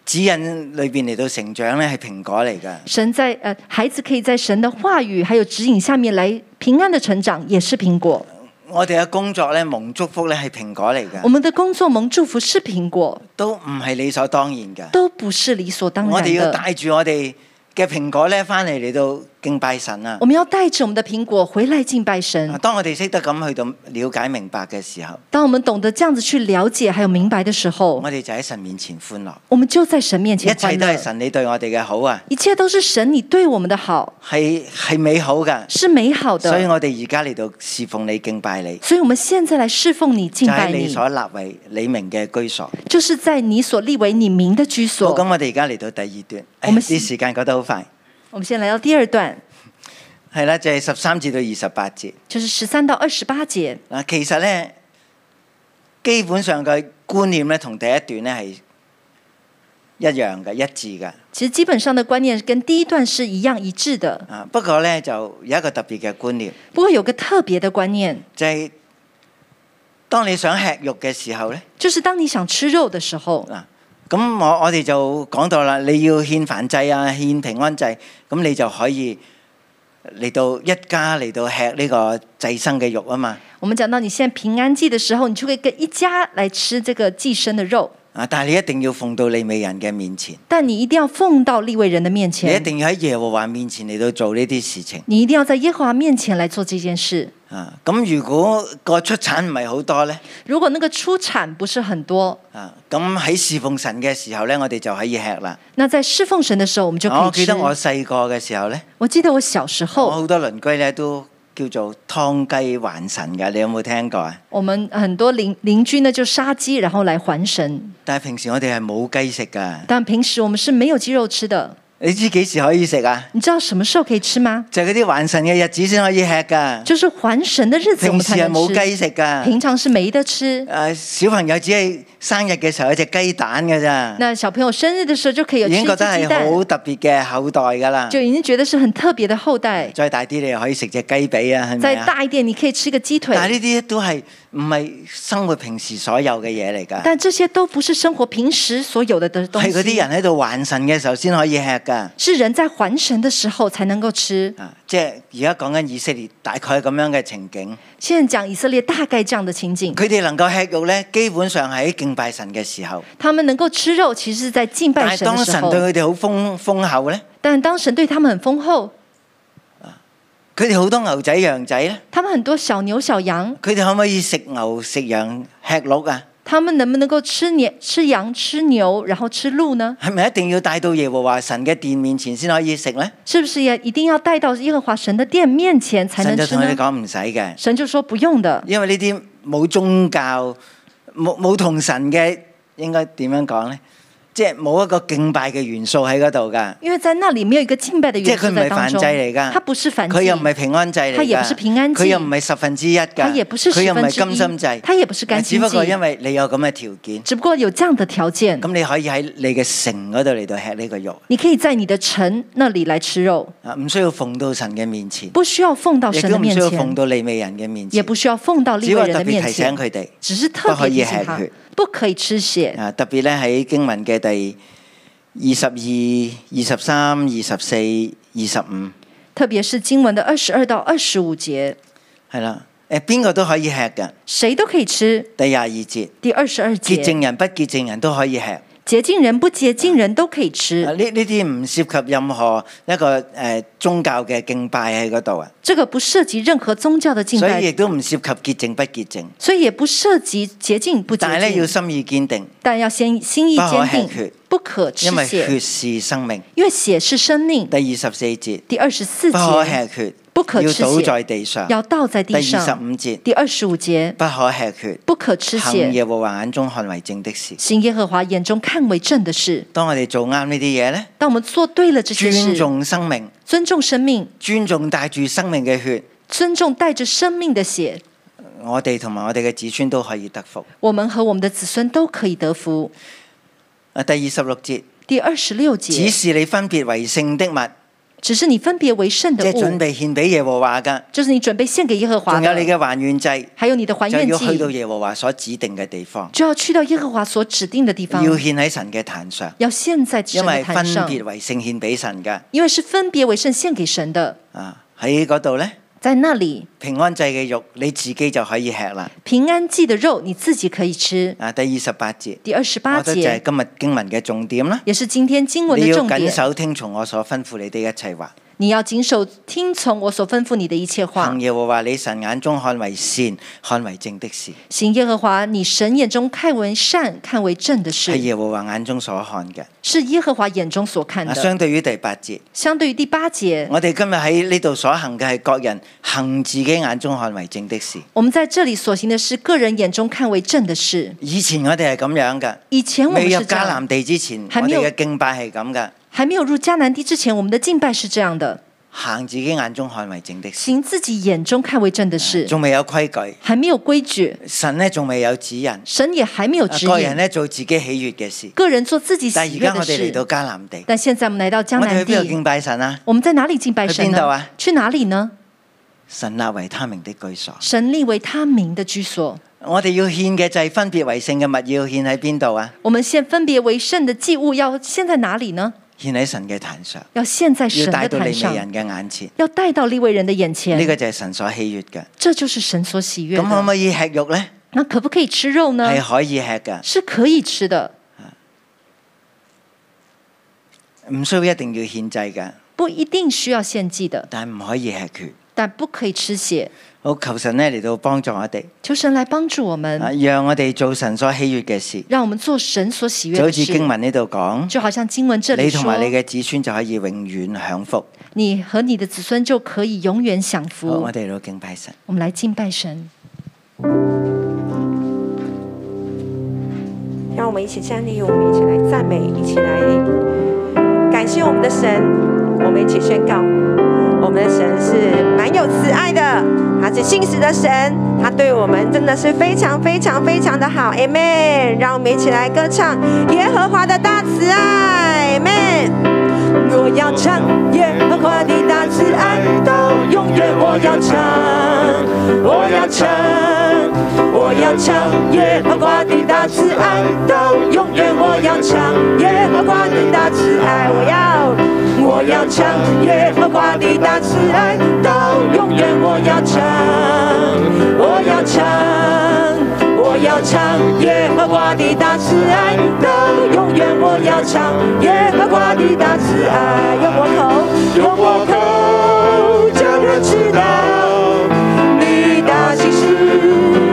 [SPEAKER 2] 指引裏邊嚟到成長咧係蘋果嚟㗎。
[SPEAKER 3] 神在呃孩子可以在神的话语还有指引下面来平安的成长，也是苹果。
[SPEAKER 2] 我哋嘅工作咧蒙祝福咧係蘋果嚟㗎，
[SPEAKER 3] 我们的工作蒙祝福是苹果，
[SPEAKER 2] 都唔係理所當然㗎。
[SPEAKER 3] 都不是理所当
[SPEAKER 2] 我
[SPEAKER 3] 然
[SPEAKER 2] 哋要
[SPEAKER 3] 的。
[SPEAKER 2] 帶住我哋嘅蘋果咧翻嚟嚟到敬拜神啊！
[SPEAKER 3] 我们要带着我们的苹果回来敬拜神。
[SPEAKER 2] 當我哋識得咁去到了解明白嘅時候，
[SPEAKER 3] 当我们懂得这样子去了解还有明白的时候，
[SPEAKER 2] 我哋就喺神面前歡樂。
[SPEAKER 3] 我们就在神面
[SPEAKER 2] 一
[SPEAKER 3] 前
[SPEAKER 2] 切
[SPEAKER 3] 欢
[SPEAKER 2] 都
[SPEAKER 3] 乐
[SPEAKER 2] 係。神你對我哋嘅好啊，
[SPEAKER 3] 一切都是神你对我们的好，
[SPEAKER 2] 係係美好㗎。
[SPEAKER 3] 是美好的。
[SPEAKER 2] 所以我哋而家嚟到侍奉你、敬拜你，
[SPEAKER 3] 所以我们现在来侍奉你、敬
[SPEAKER 2] 就喺
[SPEAKER 3] 拜
[SPEAKER 2] 你
[SPEAKER 3] 你，
[SPEAKER 2] 所立為你名嘅居所。
[SPEAKER 3] 就是在你所立为你名的居
[SPEAKER 2] 好，
[SPEAKER 3] 所。
[SPEAKER 2] 咁我哋而家嚟到第二段，哎
[SPEAKER 3] 我
[SPEAKER 2] 呀
[SPEAKER 3] 們
[SPEAKER 2] 啲時間過得好快，
[SPEAKER 3] 我们先来到第二段，
[SPEAKER 2] 係啦，就係十三至到二十八節
[SPEAKER 3] 就是十三到二十八节。
[SPEAKER 2] 嗱。其實呢，基本上嘅觀念呢，同第一段呢係一樣嘅、一致嘅。
[SPEAKER 3] 其实基本上的观念跟第一段是一样一致的，
[SPEAKER 2] 啊，不過呢，就有一個特別嘅觀念，
[SPEAKER 3] 不过有个特别的观念，
[SPEAKER 2] 就係、當你想吃肉嘅時候呢，
[SPEAKER 3] 就是当你想吃肉的时候，
[SPEAKER 2] 嗱，啊咁我我哋就講到啦，你要獻燔祭啊，獻平安祭，咁你就可以嚟到一家嚟到吃呢個祭牲嘅肉啊嘛。
[SPEAKER 3] 我们讲到你现在平安祭的时候，你就会跟一家来吃这个寄生的肉，
[SPEAKER 2] 啊！但係你一定要奉到利美人嘅面前，
[SPEAKER 3] 但你一定要奉到立位人的面
[SPEAKER 2] 你一
[SPEAKER 3] 前，
[SPEAKER 2] 定要喺耶和華面前嚟到做呢啲事情
[SPEAKER 3] 你一定要在耶和华面前来做这件事。
[SPEAKER 2] 啊！咁如果個出產唔係好多呢，
[SPEAKER 3] 如果那个出产不是很多，
[SPEAKER 2] 啊！咁喺侍奉神嘅時候呢，我哋就可以吃啦。啊
[SPEAKER 3] 那在侍奉神的时候，我们就可哦
[SPEAKER 2] 我
[SPEAKER 3] 以
[SPEAKER 2] 記
[SPEAKER 3] 吃。
[SPEAKER 2] 得我細個嘅時候呢，
[SPEAKER 3] 我记得我小时
[SPEAKER 2] 我
[SPEAKER 3] 候，
[SPEAKER 2] 好多鄰居呢都叫做劏雞還神嘅，你有冇聽過啊？
[SPEAKER 3] 我们很多邻邻居呢就杀鸡，然后来还神。
[SPEAKER 2] 但係平時我哋係冇雞食㗎。
[SPEAKER 3] 但平时我们是没有鸡肉吃的。
[SPEAKER 2] 你知幾時可以食啊？
[SPEAKER 3] 你知道什么时候可以吃吗？
[SPEAKER 2] 就係嗰啲還神嘅日子先可以吃噶，
[SPEAKER 3] 就是还神的日子，我
[SPEAKER 2] 平
[SPEAKER 3] 们
[SPEAKER 2] 時
[SPEAKER 3] 才
[SPEAKER 2] 係
[SPEAKER 3] 能
[SPEAKER 2] 冇
[SPEAKER 3] 吃。
[SPEAKER 2] 雞食噶。
[SPEAKER 3] 平常是没得吃。
[SPEAKER 2] 誒，小朋友只係生日嘅時候有隻雞蛋嘅咋，
[SPEAKER 3] 那小朋友生日的时候就可以有
[SPEAKER 2] 已
[SPEAKER 3] 吃一
[SPEAKER 2] 經
[SPEAKER 3] 只
[SPEAKER 2] 覺得係
[SPEAKER 3] 鸡蛋，
[SPEAKER 2] 好特別嘅後代㗎啦。
[SPEAKER 3] 就已经觉得是很特别的后代。
[SPEAKER 2] 再大啲，你又可以食隻雞髀啊，係咪
[SPEAKER 3] 再
[SPEAKER 2] 啊？
[SPEAKER 3] 大一点，你可以吃个鸡腿，
[SPEAKER 2] 但係呢啲都係唔係生活平時所有嘅嘢嚟㗎，
[SPEAKER 3] 但这些都不是生活平时所有的的东
[SPEAKER 2] 係
[SPEAKER 3] 西。
[SPEAKER 2] 嗰啲人喺度還神嘅時候先可以吃㗎。
[SPEAKER 3] 是人在还神的时候才能够吃。
[SPEAKER 2] 啊，即係而家講緊以色列大概係咁樣嘅情景，
[SPEAKER 3] 现在讲以色列大概这样的情景，
[SPEAKER 2] 佢哋能夠吃肉呢，基本上係喺敬拜神嘅時候。
[SPEAKER 3] 他们能够吃肉，其实是在敬
[SPEAKER 2] 但
[SPEAKER 3] 拜
[SPEAKER 2] 係
[SPEAKER 3] 神的
[SPEAKER 2] 當
[SPEAKER 3] 时
[SPEAKER 2] 哎神
[SPEAKER 3] 候。
[SPEAKER 2] 對佢哋好豐豐厚呢。
[SPEAKER 3] 但当神对他们很丰厚，
[SPEAKER 2] 佢哋好多牛仔羊仔咧，
[SPEAKER 3] 他们很多小牛小羊，
[SPEAKER 2] 佢哋可唔可以食牛食羊吃鹿啊？
[SPEAKER 3] 他们能不能够吃牛、吃羊、吃牛，然后吃鹿呢？
[SPEAKER 2] 係咪一定要帶到耶和華神嘅殿面前先可以食呢？
[SPEAKER 3] 是不是也一定要带到耶和华神的殿面前才
[SPEAKER 2] 神
[SPEAKER 3] 能
[SPEAKER 2] 就
[SPEAKER 3] 吃
[SPEAKER 2] 同佢哋
[SPEAKER 3] 呢？
[SPEAKER 2] 講唔使嘅，
[SPEAKER 3] 神就说不用的，
[SPEAKER 2] 因為呢啲冇宗教、冇冇同神嘅，應該點樣講呢？即係冇一個敬拜嘅元素喺嗰度㗎，
[SPEAKER 3] 因为在那里没有一个敬拜的元
[SPEAKER 2] 即係佢
[SPEAKER 3] 素
[SPEAKER 2] 唔
[SPEAKER 3] 在
[SPEAKER 2] 係
[SPEAKER 3] 当
[SPEAKER 2] 燔
[SPEAKER 3] 中
[SPEAKER 2] 祭。嚟㗎，
[SPEAKER 3] 它不是燔
[SPEAKER 2] 佢又唔係
[SPEAKER 3] 祭，
[SPEAKER 2] 平安祭嚟
[SPEAKER 3] 它
[SPEAKER 2] 㗎，
[SPEAKER 3] 也不是平安祭
[SPEAKER 2] 佢又唔係十分之一㗎，
[SPEAKER 3] 它也不是
[SPEAKER 2] 佢
[SPEAKER 3] 十
[SPEAKER 2] 又唔
[SPEAKER 3] 分
[SPEAKER 2] 係
[SPEAKER 3] 之
[SPEAKER 2] 甘心
[SPEAKER 3] 一，
[SPEAKER 2] 祭，
[SPEAKER 3] 它也不是甘
[SPEAKER 2] 啊只
[SPEAKER 3] 心
[SPEAKER 2] 不過
[SPEAKER 3] 祭
[SPEAKER 2] 因，為你有咁嘅條件，
[SPEAKER 3] 只不过有这样的条件，
[SPEAKER 2] 咁你可以喺你嘅城嗰度嚟到吃呢個肉。
[SPEAKER 3] 你可以在你的城那里来吃肉，
[SPEAKER 2] 啊，唔需要奉到神嘅面前，
[SPEAKER 3] 不需要奉到
[SPEAKER 2] 亦
[SPEAKER 3] 神
[SPEAKER 2] 都
[SPEAKER 3] 的
[SPEAKER 2] 唔
[SPEAKER 3] 面
[SPEAKER 2] 需要奉
[SPEAKER 3] 前，
[SPEAKER 2] 到利未人嘅面
[SPEAKER 3] 也
[SPEAKER 2] 前，
[SPEAKER 3] 不需要奉到
[SPEAKER 2] 只
[SPEAKER 3] 立
[SPEAKER 2] 不
[SPEAKER 3] 位
[SPEAKER 2] 過
[SPEAKER 3] 人
[SPEAKER 2] 特
[SPEAKER 3] 的
[SPEAKER 2] 別
[SPEAKER 3] 面
[SPEAKER 2] 提醒
[SPEAKER 3] 前，
[SPEAKER 2] 佢哋
[SPEAKER 3] 只是特
[SPEAKER 2] 不可
[SPEAKER 3] 别
[SPEAKER 2] 以
[SPEAKER 3] 提醒
[SPEAKER 2] 吃
[SPEAKER 3] 他
[SPEAKER 2] 血
[SPEAKER 3] 不可以吃血。
[SPEAKER 2] 啊，特別咧喺經文嘅第二十二、二十三、二十四、二十五
[SPEAKER 3] 特别是经文的二十二到二十五节，
[SPEAKER 2] 係啦，誒邊個都可以吃嘅。
[SPEAKER 3] 谁都可以吃。
[SPEAKER 2] 第廿二節，
[SPEAKER 3] 第二十二
[SPEAKER 2] 潔
[SPEAKER 3] 节，
[SPEAKER 2] 淨人不潔淨人都可以吃，啊
[SPEAKER 3] 洁净人不洁净人都可以
[SPEAKER 2] 呢
[SPEAKER 3] 吃，
[SPEAKER 2] 呢啲唔涉及任何一個誒宗教嘅敬拜喺嗰度啊，
[SPEAKER 3] 这个不涉及任何宗教的敬
[SPEAKER 2] 所以亦
[SPEAKER 3] 拜，
[SPEAKER 2] 都唔涉及潔淨不潔淨，
[SPEAKER 3] 所以也不涉及洁净不洁
[SPEAKER 2] 但係咧要
[SPEAKER 3] 净。
[SPEAKER 2] 心意堅定，
[SPEAKER 3] 但要先心意
[SPEAKER 2] 不可
[SPEAKER 3] 坚
[SPEAKER 2] 吃血
[SPEAKER 3] 定，不可吃
[SPEAKER 2] 因為血
[SPEAKER 3] 血，
[SPEAKER 2] 是生命。
[SPEAKER 3] 因为血是生命。
[SPEAKER 2] 第二十四節。
[SPEAKER 3] 第二十四
[SPEAKER 2] 不可吃
[SPEAKER 3] 节，
[SPEAKER 2] 血，
[SPEAKER 3] 不可吃血
[SPEAKER 2] 要倒在地上。
[SPEAKER 3] 要倒在
[SPEAKER 2] 第
[SPEAKER 3] 地
[SPEAKER 2] 二十
[SPEAKER 3] 上。
[SPEAKER 2] 五節，
[SPEAKER 3] 第二十五节，
[SPEAKER 2] 不可吃血，
[SPEAKER 3] 不可吃
[SPEAKER 2] 行
[SPEAKER 3] 血，
[SPEAKER 2] 耶和華眼中看為正的事。
[SPEAKER 3] 行耶和华眼中看为正的事。
[SPEAKER 2] 當我哋做啱呢啲嘢呢，
[SPEAKER 3] 当我们做对了这些
[SPEAKER 2] 尊
[SPEAKER 3] 事，
[SPEAKER 2] 重生命，
[SPEAKER 3] 尊重生命，
[SPEAKER 2] 尊重帶住生命嘅血，
[SPEAKER 3] 尊重带着生命的血，
[SPEAKER 2] 我哋同埋我哋嘅子孫都可以得福。
[SPEAKER 3] 我们和我们的子孙都可以得福。
[SPEAKER 2] 啊，第二十六節，
[SPEAKER 3] 第二十六节，
[SPEAKER 2] 只是你分別為聖的物，
[SPEAKER 3] 只是你分别为圣的
[SPEAKER 2] 即係準
[SPEAKER 3] 物，
[SPEAKER 2] 備獻俾耶和華嘅。
[SPEAKER 3] 就是你准备献给耶和华
[SPEAKER 2] 仲有你
[SPEAKER 3] 的，
[SPEAKER 2] 嘅還願祭，
[SPEAKER 3] 还有你的还
[SPEAKER 2] 就
[SPEAKER 3] 愿
[SPEAKER 2] 要去到
[SPEAKER 3] 祭，
[SPEAKER 2] 耶和華所指定嘅地方，
[SPEAKER 3] 就要去到耶和华所指定的地
[SPEAKER 2] 要
[SPEAKER 3] 方，
[SPEAKER 2] 獻喺神嘅壇上，
[SPEAKER 3] 要献在
[SPEAKER 2] 因
[SPEAKER 3] 神的
[SPEAKER 2] 為
[SPEAKER 3] 坛
[SPEAKER 2] 分
[SPEAKER 3] 上，
[SPEAKER 2] 別為聖獻俾神嘅。
[SPEAKER 3] 因为是分别为圣献给神的，
[SPEAKER 2] 啊，喺嗰度呢，
[SPEAKER 3] 在那里
[SPEAKER 2] 平安祭嘅肉你自己就可以吃啦。
[SPEAKER 3] 平安祭的肉你自己可以吃。
[SPEAKER 2] 啊，第二十八節，
[SPEAKER 3] 第二十
[SPEAKER 2] 我
[SPEAKER 3] 八
[SPEAKER 2] 覺得就係
[SPEAKER 3] 节
[SPEAKER 2] 今日經文嘅重點啦。
[SPEAKER 3] 也是今天经文
[SPEAKER 2] 你
[SPEAKER 3] 的
[SPEAKER 2] 要
[SPEAKER 3] 重
[SPEAKER 2] 謹
[SPEAKER 3] 点，
[SPEAKER 2] 守聽從我所吩咐你的一切話，
[SPEAKER 3] 你要谨守听从我所吩咐你的一切话
[SPEAKER 2] 行，耶和華你神眼中看為善、看為正的事，
[SPEAKER 3] 行耶和华你神眼中看为善、看为正的
[SPEAKER 2] 係
[SPEAKER 3] 事，
[SPEAKER 2] 耶和華眼中所看嘅。
[SPEAKER 3] 是耶和华眼中所看
[SPEAKER 2] 啊，
[SPEAKER 3] 的。
[SPEAKER 2] 相對於第八節，
[SPEAKER 3] 相对于第八节，
[SPEAKER 2] 我哋今日喺呢度所行嘅係各人行自己眼中看為正的事。
[SPEAKER 3] 我们在这里所行的是个人眼中看为正的事。
[SPEAKER 2] 以前我哋係咁樣嘅，
[SPEAKER 3] 以前我们
[SPEAKER 2] 未入
[SPEAKER 3] 是这
[SPEAKER 2] 迦
[SPEAKER 3] 样，
[SPEAKER 2] 南地之前，我
[SPEAKER 3] 還沒
[SPEAKER 2] 哋
[SPEAKER 3] 有
[SPEAKER 2] 嘅敬拜係咁嘅，
[SPEAKER 3] 还没有入迦南地之前，我们的敬拜是这样的：
[SPEAKER 2] 行自己眼中看為正的事，
[SPEAKER 3] 行自己眼中看为正的事，
[SPEAKER 2] 仲未有規矩，
[SPEAKER 3] 还没有规矩，
[SPEAKER 2] 神呢仲未有指引，啊
[SPEAKER 3] 神也还没有指
[SPEAKER 2] 個人
[SPEAKER 3] 引。
[SPEAKER 2] 呢做自己喜悦嘅事。
[SPEAKER 3] 个人做自己
[SPEAKER 2] 但
[SPEAKER 3] 喜
[SPEAKER 2] 係而
[SPEAKER 3] 悦
[SPEAKER 2] 家我
[SPEAKER 3] 的
[SPEAKER 2] 哋嚟到
[SPEAKER 3] 事。
[SPEAKER 2] 迦南地，
[SPEAKER 3] 但现在我们来到迦
[SPEAKER 2] 我哋
[SPEAKER 3] 南
[SPEAKER 2] 去邊度
[SPEAKER 3] 地，
[SPEAKER 2] 敬拜神啊？
[SPEAKER 3] 我们在哪里敬拜神
[SPEAKER 2] 去邊度
[SPEAKER 3] 呢
[SPEAKER 2] 啊？
[SPEAKER 3] 去哪里呢？
[SPEAKER 2] 神立為他名的居所。
[SPEAKER 3] 神立为他名的居所。
[SPEAKER 2] 我哋要獻嘅就係分別為聖嘅物，要獻喺邊度啊？
[SPEAKER 3] 我们现分别为圣的祭物要献在哪里呢？
[SPEAKER 2] 獻喺神嘅壇上，
[SPEAKER 3] 要献在神
[SPEAKER 2] 要帶
[SPEAKER 3] 的
[SPEAKER 2] 到利
[SPEAKER 3] 坛
[SPEAKER 2] 未
[SPEAKER 3] 上，
[SPEAKER 2] 人嘅眼前。
[SPEAKER 3] 要带到立位人的眼前。
[SPEAKER 2] 呢個就係神所喜悦嘅。
[SPEAKER 3] 这就是神所喜悦
[SPEAKER 2] 咁可唔
[SPEAKER 3] 的。
[SPEAKER 2] 可以吃肉呢？
[SPEAKER 3] 那可不可以吃肉呢？
[SPEAKER 2] 係可以吃嘅，
[SPEAKER 3] 是可以吃的，
[SPEAKER 2] 唔需要一定要獻祭嘅，
[SPEAKER 3] 不一定需要献祭的，
[SPEAKER 2] 但唔可以吃血。
[SPEAKER 3] 但不可以吃血。
[SPEAKER 2] 好，求神呢嚟到幫助我哋，
[SPEAKER 3] 求神来帮助我
[SPEAKER 2] 啊
[SPEAKER 3] 们，
[SPEAKER 2] 讓我哋做神所喜悦嘅事。
[SPEAKER 3] 让我们做神所喜悦
[SPEAKER 2] 就好
[SPEAKER 3] 的
[SPEAKER 2] 似經
[SPEAKER 3] 事。
[SPEAKER 2] 文呢度講，
[SPEAKER 3] 就好像经文这里
[SPEAKER 2] 你同啊
[SPEAKER 3] 说
[SPEAKER 2] 埋，你嘅子孫就可以永遠享福。
[SPEAKER 3] 你和你的子孙就可以永远享
[SPEAKER 2] 好，我
[SPEAKER 3] 福。
[SPEAKER 2] 哋嚟到敬拜神。
[SPEAKER 3] 我们来敬拜神，
[SPEAKER 4] 让我们一起站立，我们一起来赞美，一起来感谢我们的神。我们一起宣告，我们的神是蛮有慈爱的，他是信实的神，他对我们真的是非常非常非常的好，Amen。让我们一起来歌唱耶和华的大慈爱，Amen。我要唱耶和华的大慈爱到永远，我要唱，我要唱，我要唱耶和华的大慈爱到永远，我要唱耶和华的大慈爱，我要，我要唱耶和华的大慈爱到永远，我要唱，我要唱。我要唱耶和华的大慈爱到永远，我要唱耶和华的大慈爱。用我口，用我口，叫人知道你大心事，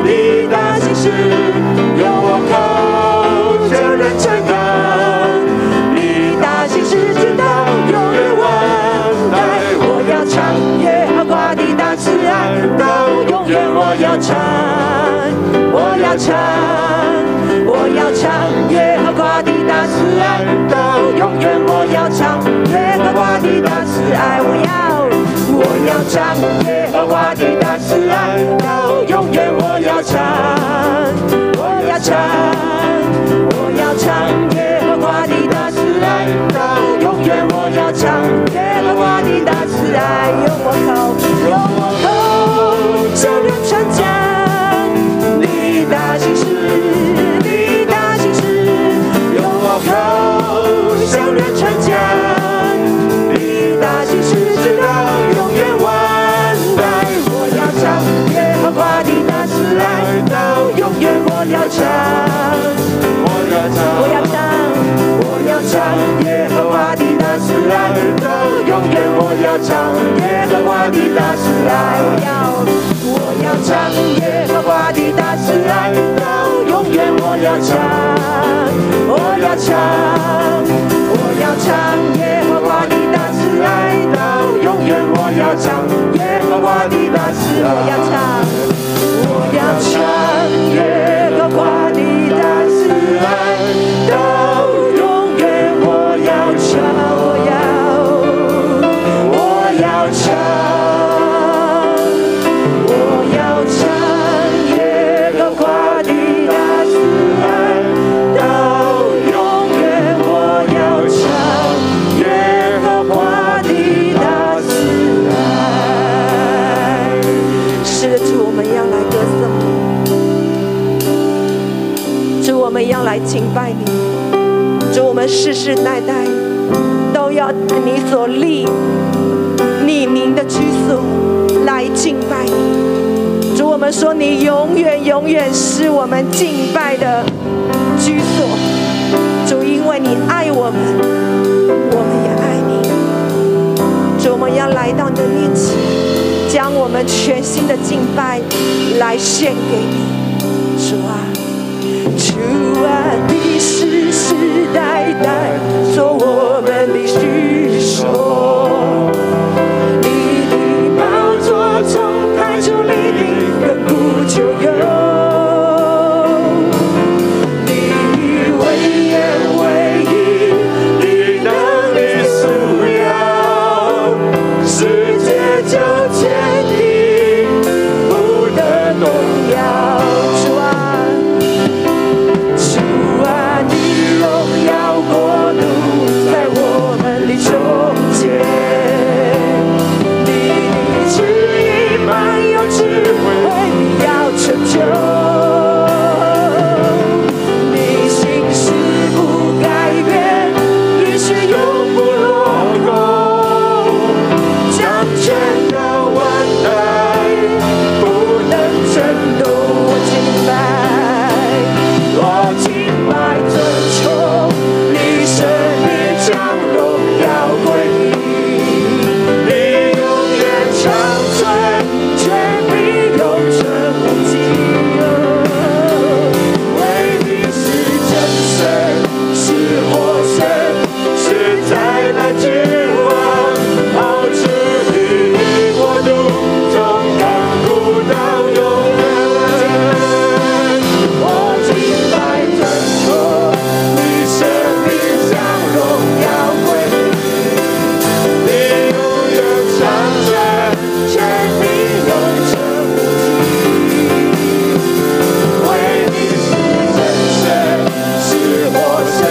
[SPEAKER 4] 你大心事。用我口，叫人承担你大心事，直到永远万代。我要唱耶和华的大慈爱到永远，我要唱。我要唱，我要唱耶和华的大慈爱到永远，我要唱耶和华的大慈爱，我要，我要唱耶和华的大慈爱到永远，我要唱，我要唱，我要唱耶和华的大慈爱到永远，我要唱耶和华的大慈爱，用我口，用我口，叫人称赞。你大心事，你大心事，用我口向人传讲。你大心事，直到永远万代。我要唱耶和华的大慈爱，到永远我要唱。我要唱，我要唱耶和华的大慈爱，到永远我要唱耶和华的大慈爱，我要，我要唱耶和华的大慈爱，到永远我要唱，我要唱，我要唱耶和华的大慈爱，到永远我要唱耶和华的大慈爱，我要唱。我要唱耶和华的大慈爱，到永远我要唱，我要，我要唱，我要唱耶和华的大慈爱，到永远我要唱，我们要来敬拜你，主，我们世世代代都要在你所立你名的居所来敬拜你。主，我们说你永远永远是我们敬拜的居所。主，因为你爱我们，我们也爱你。主，我们要来到你的面前，将我们全新的敬拜来献给你，主啊。主啊，你世世代代做我们的居所，你的宝座从太久立定，亘古就有。你以威严为衣，你能力素有，世界就坚定，不得动摇。主啊。主啊，你荣耀国度在我们的中间，你的旨意满有智慧，你要成就。你心事不改变，你是永不落空，掌权的万代不能震动。我敬拜。我敬拜尊崇，你生命将荣耀归你，你永远长存，全民永存不朽。为你是真神，是活神，是灾难之王，好治你的国度，从亘古到永远。我敬拜尊崇，你生命将荣耀归你，你永远长存，全民永存不朽。为你是真神，是活神，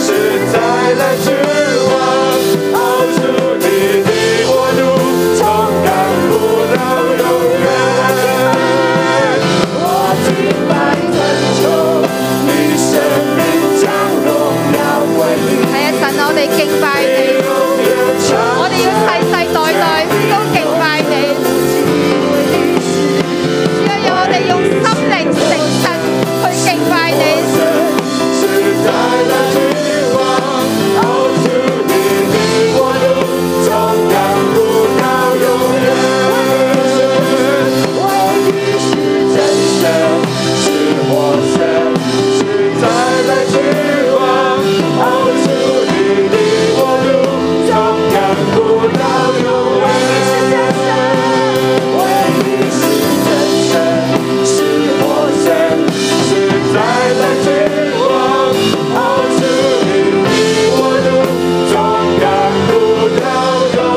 [SPEAKER 4] 是再来之王，熬出你的国度，从亘古到永远。我敬拜尊崇，你生命将荣耀归你。
[SPEAKER 5] 系啊，神，我哋敬拜你，我哋要世世代代都敬拜你。主啊，让我哋用心灵诚实去敬拜你。耶穌，我哋多謝晒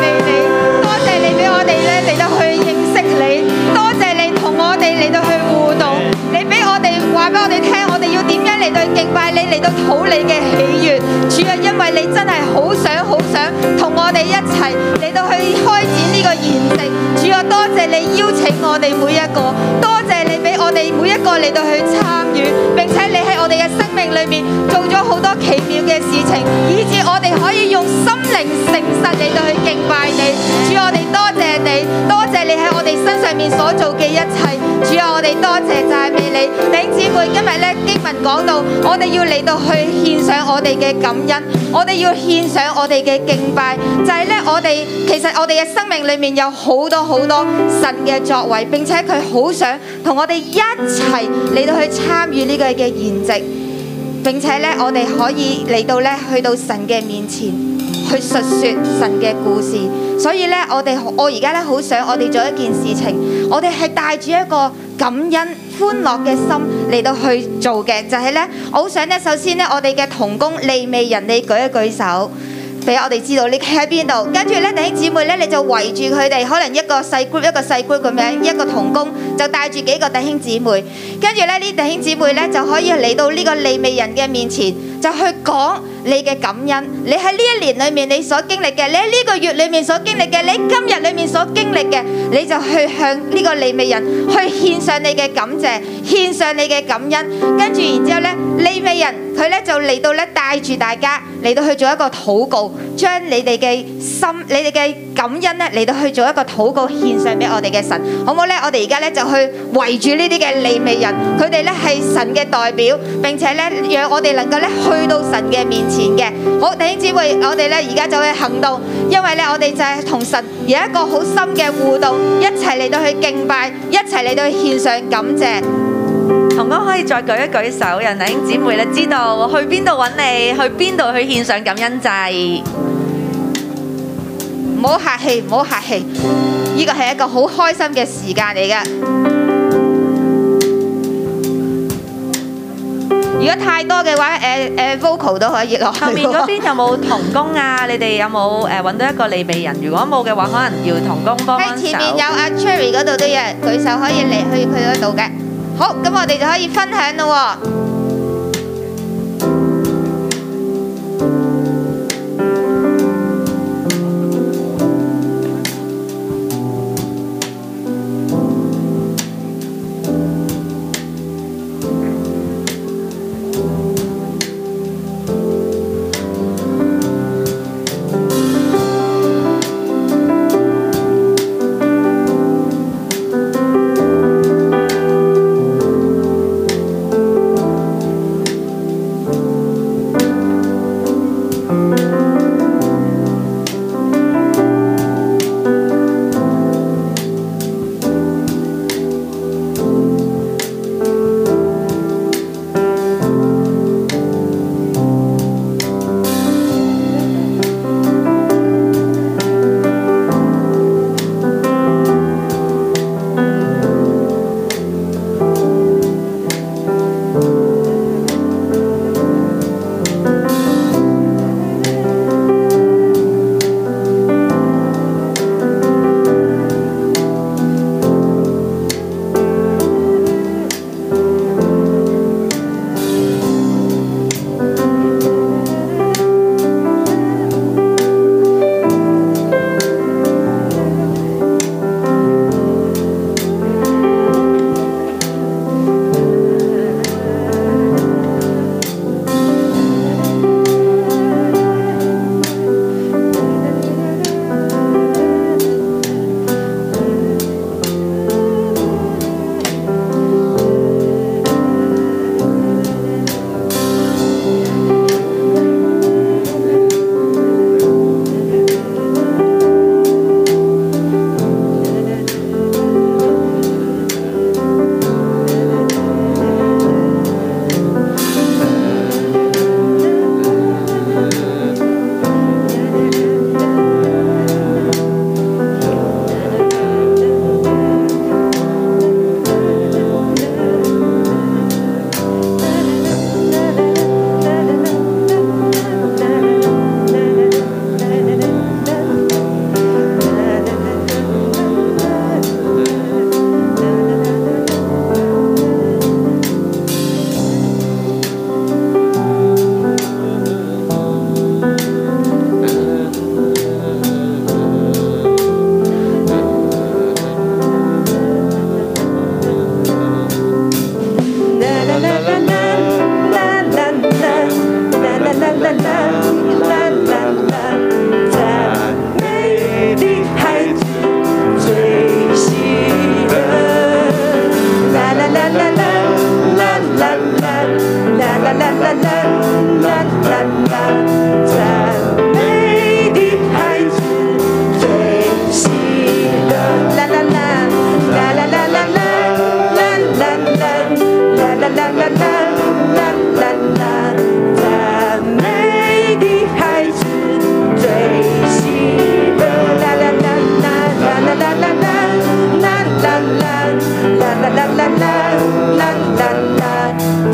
[SPEAKER 5] 俾你，多謝你俾我哋咧嚟到去認識你，多謝你同我哋嚟到去互動，你俾我哋話俾我哋聽，我哋要點樣嚟到敬拜你，嚟到討你嘅喜悦。主啊，因為你真係好想好想同我哋一齊嚟到去開展呢個筵席。主啊，多謝你邀請我哋每一個，多謝你俾我哋每一個嚟到去參與，並且你喺我哋嘅生命裏面做咗好多奇妙嘅事情，以致我哋可以用心靈誠實嚟到去敬拜你。主，我哋多謝你，多謝你喺我哋身上面所做嘅一切。主啊，我哋多謝讚美你。弟兄姊妹，今日咧經文講到，我哋要嚟到去獻上我哋嘅感恩，我哋要獻上我哋嘅敬拜，就係、呢，咧我哋其實我哋嘅生命裏面有好多好多神嘅作為，並且佢好想同我哋一齊嚟到去參與呢個嘅筵席。並且咧，我哋可以嚟到咧，去到神嘅面前去述說神嘅故事。所以咧，我哋我而家咧好想我哋做一件事情，我哋係帶住一個感恩歡樂嘅心嚟到去做嘅，就係、呢。咧，我好想咧，首先咧，我哋嘅童工利未人，你舉一舉手。俾我哋知道你企喺邊度，跟住咧弟兄姊妹咧，你就圍住佢哋，可能一個細 group 一個細 group 咁樣，一個童工就帶住幾個弟兄姊妹，跟住咧呢啲弟兄姊妹咧就可以嚟到呢個利未人嘅面前，就去講你嘅感恩，你喺呢一年裏面你所經歷嘅，你喺呢個月裏面所經歷嘅，你今日裏面所經歷嘅，你就去向呢個利未人去獻上你嘅感謝，獻上你嘅感恩，跟住然之後呢，利未人佢呢就嚟到呢，帶住大家嚟到去做一個禱告，將你哋嘅心、你哋嘅感恩呢嚟到去做一個禱告獻上俾我哋嘅神，好唔好呢？我哋而家呢就去圍住呢啲嘅利未人，佢哋呢係神嘅代表，並且呢讓我哋能夠呢去到神嘅面前嘅。好，弟兄姊妹，我哋呢而家就去行動，因為呢我哋就係同神有一個好深嘅互動，一齊嚟到去敬拜，一齊嚟到去獻上感謝。
[SPEAKER 6] 同工可以再舉一舉手，人弟兄姊妹咧知道去邊度揾你，去邊度去獻上感恩祭。
[SPEAKER 5] 唔好客氣，唔好客氣，呢個係一個好開心嘅時間嚟嘅。如果太多嘅話，誒、誒 vocal 都可以落去。
[SPEAKER 6] 後面嗰邊有冇童工啊？你哋有冇誒揾到一個利未人？如果冇嘅話，可能要童工幫
[SPEAKER 5] <laughs>
[SPEAKER 6] 幫
[SPEAKER 5] 喺
[SPEAKER 6] 手
[SPEAKER 5] 前。面有阿 Cherry 嗰度都有人舉手可以嚟去佢嗰度嘅。好，咁我哋就可以分享咯喎、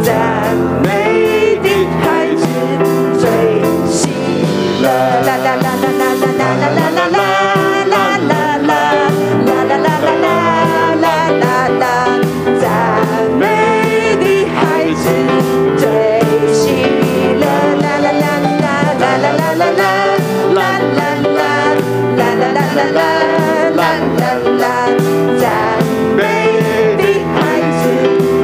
[SPEAKER 4] 赞美的孩
[SPEAKER 6] 啊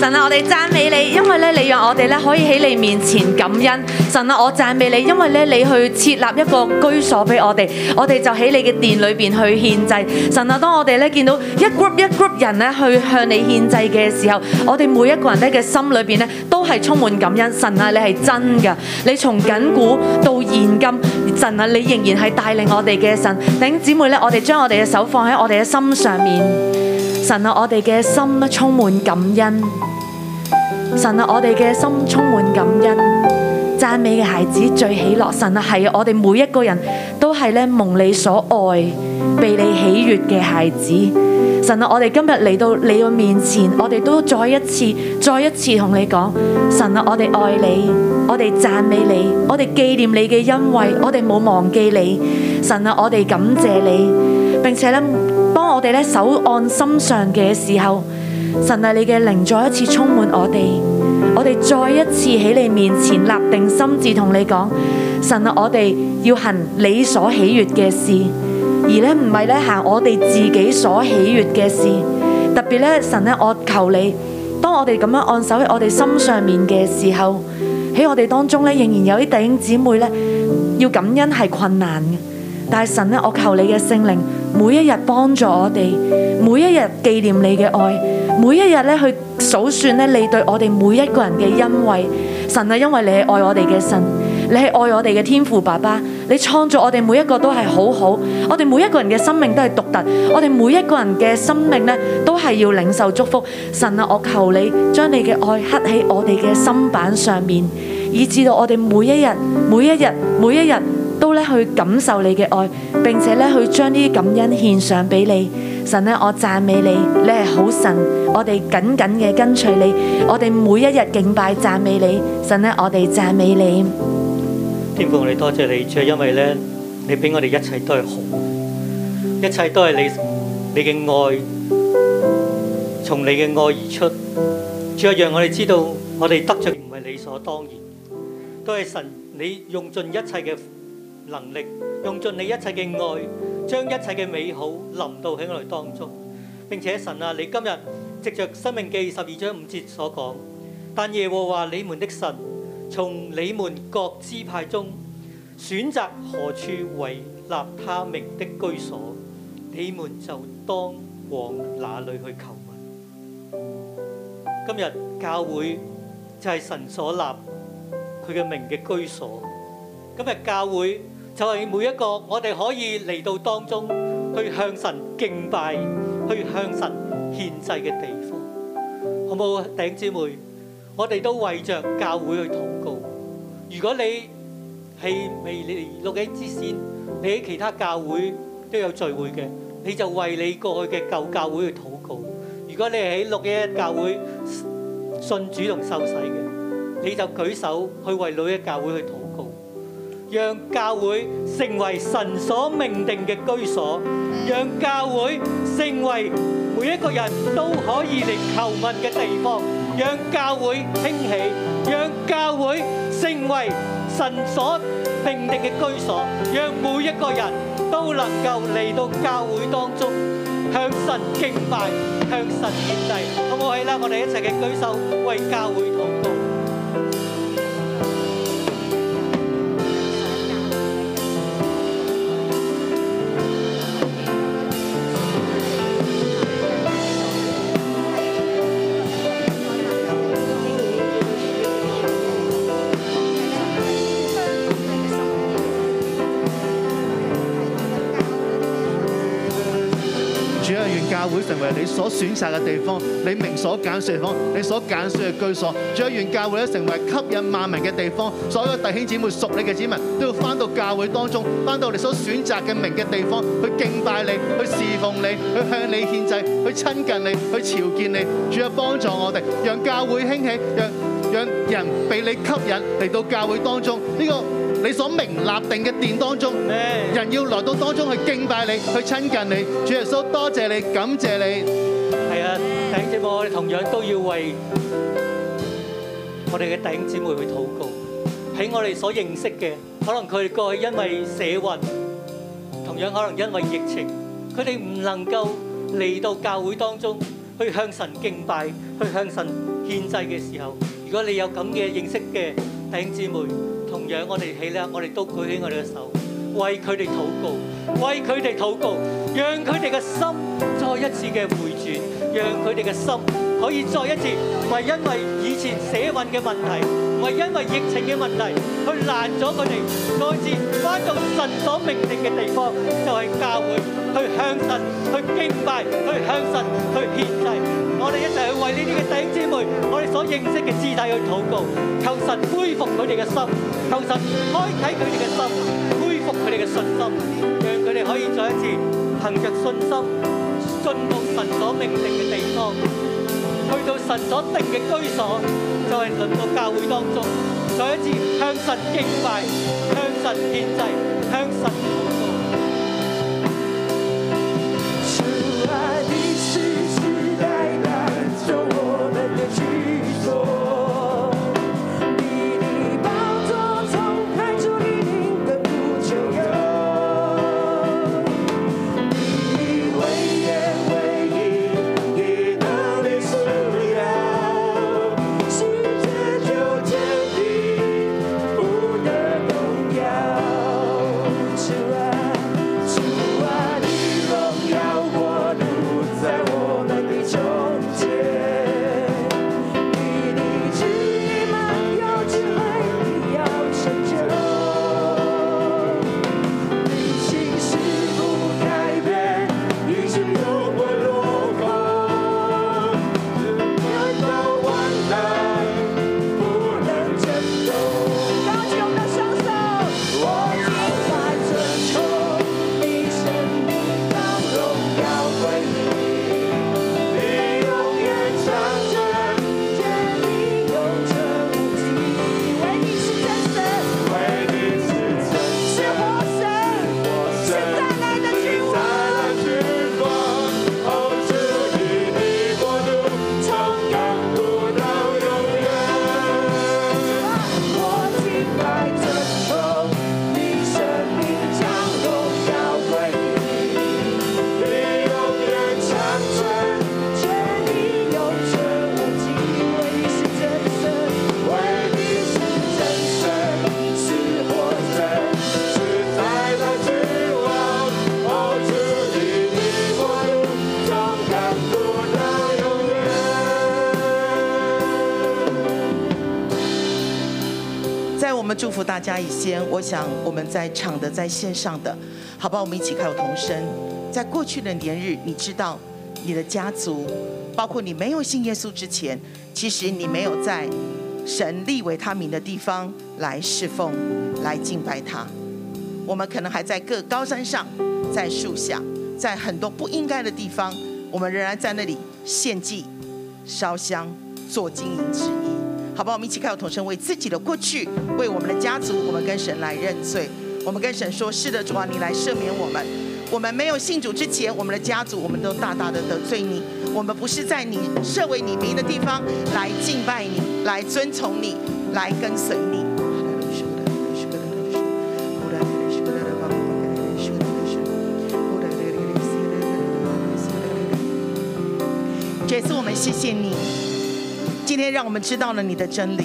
[SPEAKER 6] 我哋讚美你，因為咧你讓我哋咧可以喺你面前感恩。神啊，我讚美你，因為咧你去設立一個居所俾我哋，我哋就喺你嘅殿裏邊去獻祭。神啊，當我哋咧見到一 group 一 group 人咧去向你獻祭嘅時候，我哋每一個人咧嘅心裏邊咧都係充滿感恩。神啊，你係真㗎，你從緊古到現今，神啊，你仍然係帶領我哋嘅神。弟兄姊妹咧，我哋將我哋嘅手放喺我哋嘅心上面。神啊，我哋嘅心咧充滿感恩。神啊，我哋嘅心充滿感恩。讚美嘅孩子最喜樂。神啊，係啊我哋每一個人都係咧蒙你所愛、被你喜悦嘅孩子。神啊，我哋今日嚟到你嘅面前，我哋都再一次、再一次同你講，神啊，我哋愛你，我哋讚美你，我哋紀念你嘅恩惠，我哋冇忘記你。神啊，我哋感謝你，並且咧幫我哋咧手按心上嘅時候，神啊，你嘅靈再一次充滿我哋，我哋再一次喺你面前立定心志，同你講，神啊，我哋要行你所喜悦嘅事，而咧唔係咧行我哋自己所喜悦嘅事。特別咧，神咧，我求你，當我哋咁樣按手喺我哋心上面嘅時候，喺我哋當中咧，仍然有啲弟兄姊妹咧，要感恩係困難嘅。但係神咧，我求你嘅聖靈，每一日幫助我哋，每一日紀念你嘅愛，每一日咧去數算咧你對我哋每一個人嘅恩惠。神啊，因為你係愛我哋嘅神，你係愛我哋嘅天父爸爸，你創造我哋每一個都係好好，我哋每一個人嘅生命都係獨特，我哋每一個人嘅生命咧都係要領受祝福。神啊，我求你將你嘅愛刻喺我哋嘅心板上面，以至到我哋每一日、每一日、每一日。都咧去感受你嘅愛，並且咧去將呢啲感恩獻上俾你。神咧，我讚美你，你係好神，我哋緊緊嘅跟隨你，我哋每一日敬拜讚美你。神咧，我哋讚美你。
[SPEAKER 7] 天父，我哋多謝你，主要因為咧，你俾我哋一切都係好，一切都係你你嘅愛，從你嘅愛而出。主要讓我哋知道，我哋得着唔係理所當然，都係神你用盡一切嘅能力，用盡你一切嘅愛，將一切嘅美好臨到喺我哋當中。並且神啊，你今日藉着《生命記》十二章五節所講，但耶和華你們的神從你們各支派中選擇何處為立他名的居所，你們就當往那裏去求問。今日教會就係神所立佢嘅名嘅居所。今日教會就係每一個我哋可以嚟到當中去向神敬拜、去向神獻祭嘅地方，好冇？弟兄姊妹，我哋都為着教會去禱告。如果你係未嚟錄影之前，你喺其他教會都有聚會嘅，你就為你過去嘅舊教會去禱告。如果你係喺六一一教會信主同受洗嘅，你就舉手去為六一一教會去禱告。讓教會成為神所命定嘅居所，讓教會成為每一個人都可以嚟求問嘅地方，讓教會興起，讓教會成為神所命定嘅居所，讓每一個人都能夠嚟到教會當中向神敬拜、向神獻祭，好唔好？係啦，我哋一齊嘅舉手為教會禱告。
[SPEAKER 8] 主啊，願教會成為你所選擇嘅地方，你名所揀選嘅地方，你所揀選嘅居所。主啊，願教會咧成為吸引萬民嘅地方，所有弟兄姊妹屬你嘅子民都要翻到教會當中，翻到你所選擇嘅名嘅地方去敬拜你，去侍奉你，去向你獻祭，去親近你，去朝見你。主啊，幫助我哋，讓教會興起，讓讓人被你吸引嚟到教會當中呢、個你所明立定嘅殿當中。人要來到當中去敬拜你，去親近你。主耶穌，多謝你，感謝你。
[SPEAKER 7] 係啊，弟兄姊妹，我哋同樣都要為我哋嘅弟兄姊妹去禱告。喺我哋所認識嘅，可能佢哋過去因為社運，同樣可能因為疫情，佢哋唔能夠嚟到教會當中去向神敬拜，去向神獻祭嘅時候，如果你有咁嘅認識嘅弟兄姊妹，同樣我哋起啦，我哋都舉起我哋嘅手，為佢哋禱告，為佢哋禱告，讓佢哋嘅心再一次嘅回轉，讓佢哋嘅心可以再一次唔係因為以前社運嘅問題，唔係因為疫情嘅問題去爛咗佢哋，再次翻到神所命定嘅地方，就係、教會去向神去敬拜，去向神去獻祭。我哋一齊去為呢啲嘅弟兄姊妹，我哋所認識嘅肢體去禱告，求神恢復佢哋嘅心，求神開啟佢哋嘅心，恢復佢哋嘅信心，讓佢哋可以再一次憑着信心進到神所命定嘅地方，去到神所定嘅居所，就係、輪到教會當中，再一次向神敬拜，向神獻祭，向神禱告。
[SPEAKER 9] 在我们祝福大家以前，我想我们在场的、在线上的，好吧，我们一起开口同声。在过去的年日，你知道你的家族，包括你没有信耶稣之前，其实你没有在神立为他名的地方来侍奉、来敬拜他。我们可能还在各高山上，在树下，在很多不应该的地方，我们仍然在那里献祭、烧香、做金银之一。好吧，我们一起开口同声，为自己的过去，为我们的家族，我们跟神来认罪。我们跟神说：“是的，主啊，你来赦免我们。我们没有信主之前，我们的家族，我们都大大的得罪你。我们不是在你设为你名的地方来敬拜你，来遵从你，来跟随你。”这次我们谢谢你。今天让我们知道了你的真理。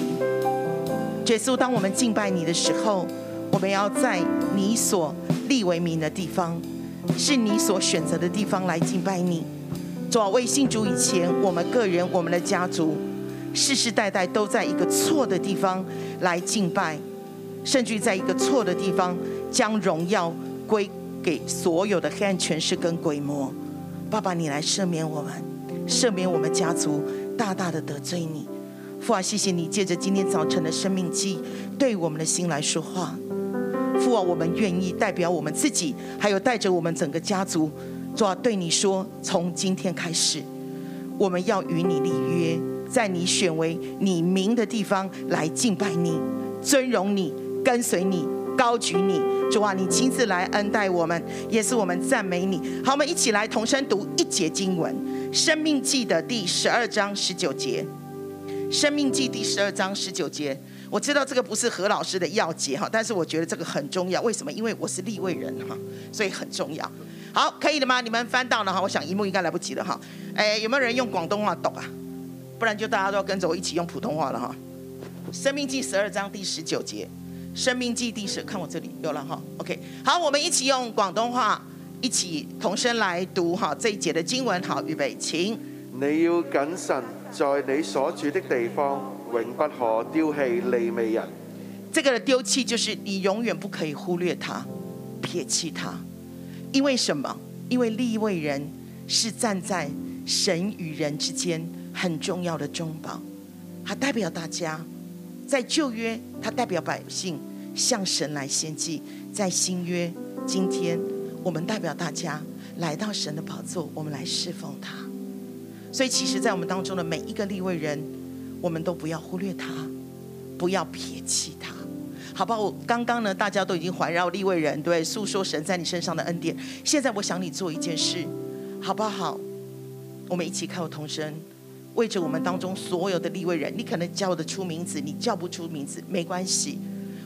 [SPEAKER 9] 耶稣，当我们敬拜你的时候，我们要在你所立为名的地方，是你所选择的地方来敬拜你。主啊，为信主以前，我们个人、我们的家族，世世代代都在一个错的地方来敬拜，甚至于在一个错的地方将荣耀归给所有的黑暗权势跟鬼魔。爸爸，你来赦免我们，赦免我们家族大大的得罪你。父啊，谢谢你借着今天早晨的生命记，对我们的心来说话。父啊，我们愿意代表我们自己，还有带着我们整个家族，主啊，对你说，从今天开始，我们要与你立约，在你选为你名的地方来敬拜你、尊荣你、跟随你、高举你。主啊，你亲自来恩待我们，也是我们赞美你。好，我们一起来同声读一节经文，《生命记》的第十二章十九节。《生命记》第十二章十九节。我知道这个不是何老师的要节哈，但是我觉得这个很重要。为什么？因为我是立位人哈，所以很重要。好，可以了吗？你们翻到了哈，我想一幕应该来不及了哈。哎，有没有人用广东话懂啊？不然就大家都要跟着我一起用普通话了哈。《生命记》十二章第十九节，《生命记》第十，看我这里有了哈。OK，好，我们一起用广东话，一起同声来读哈这一节的经文。好，预备，请。
[SPEAKER 10] 你要謹慎，在你所住的地方，永不可丟棄利未人。
[SPEAKER 9] 这个的丢弃就是你永远不可以忽略他，撇弃他，因为什么？因为立位人是站在神与人之间很重要的中保，他代表大家，在旧约他代表百姓向神来献祭，在新约今天我们代表大家来到神的宝座，我们来侍奉他。所以，其实，在我们当中的每一个立位人，我们都不要忽略他。不要撇弃他，好不好？我刚刚呢，大家都已经环绕立位人，对，诉说神在你身上的恩典。现在我想你做一件事，好不好？我们一起开口同声，为着我们当中所有的立位人，你可能叫得出名字，你叫不出名字没关系。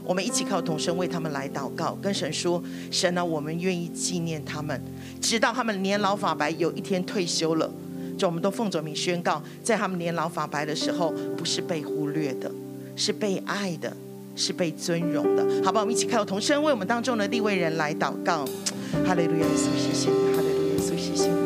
[SPEAKER 9] 我们一起靠同声为他们来祷告，跟神说：神啊，我们愿意纪念他们，直到他们年老发白，有一天退休了。就我们都奉主名宣告，在他们年老发白的时候，不是被忽略的，是被爱的，是被尊荣的，好不好？我们一起开口同声为我们当中的立位人来祷告。哈利路亚，耶稣谢谢你，哈利路亚，耶稣谢谢你。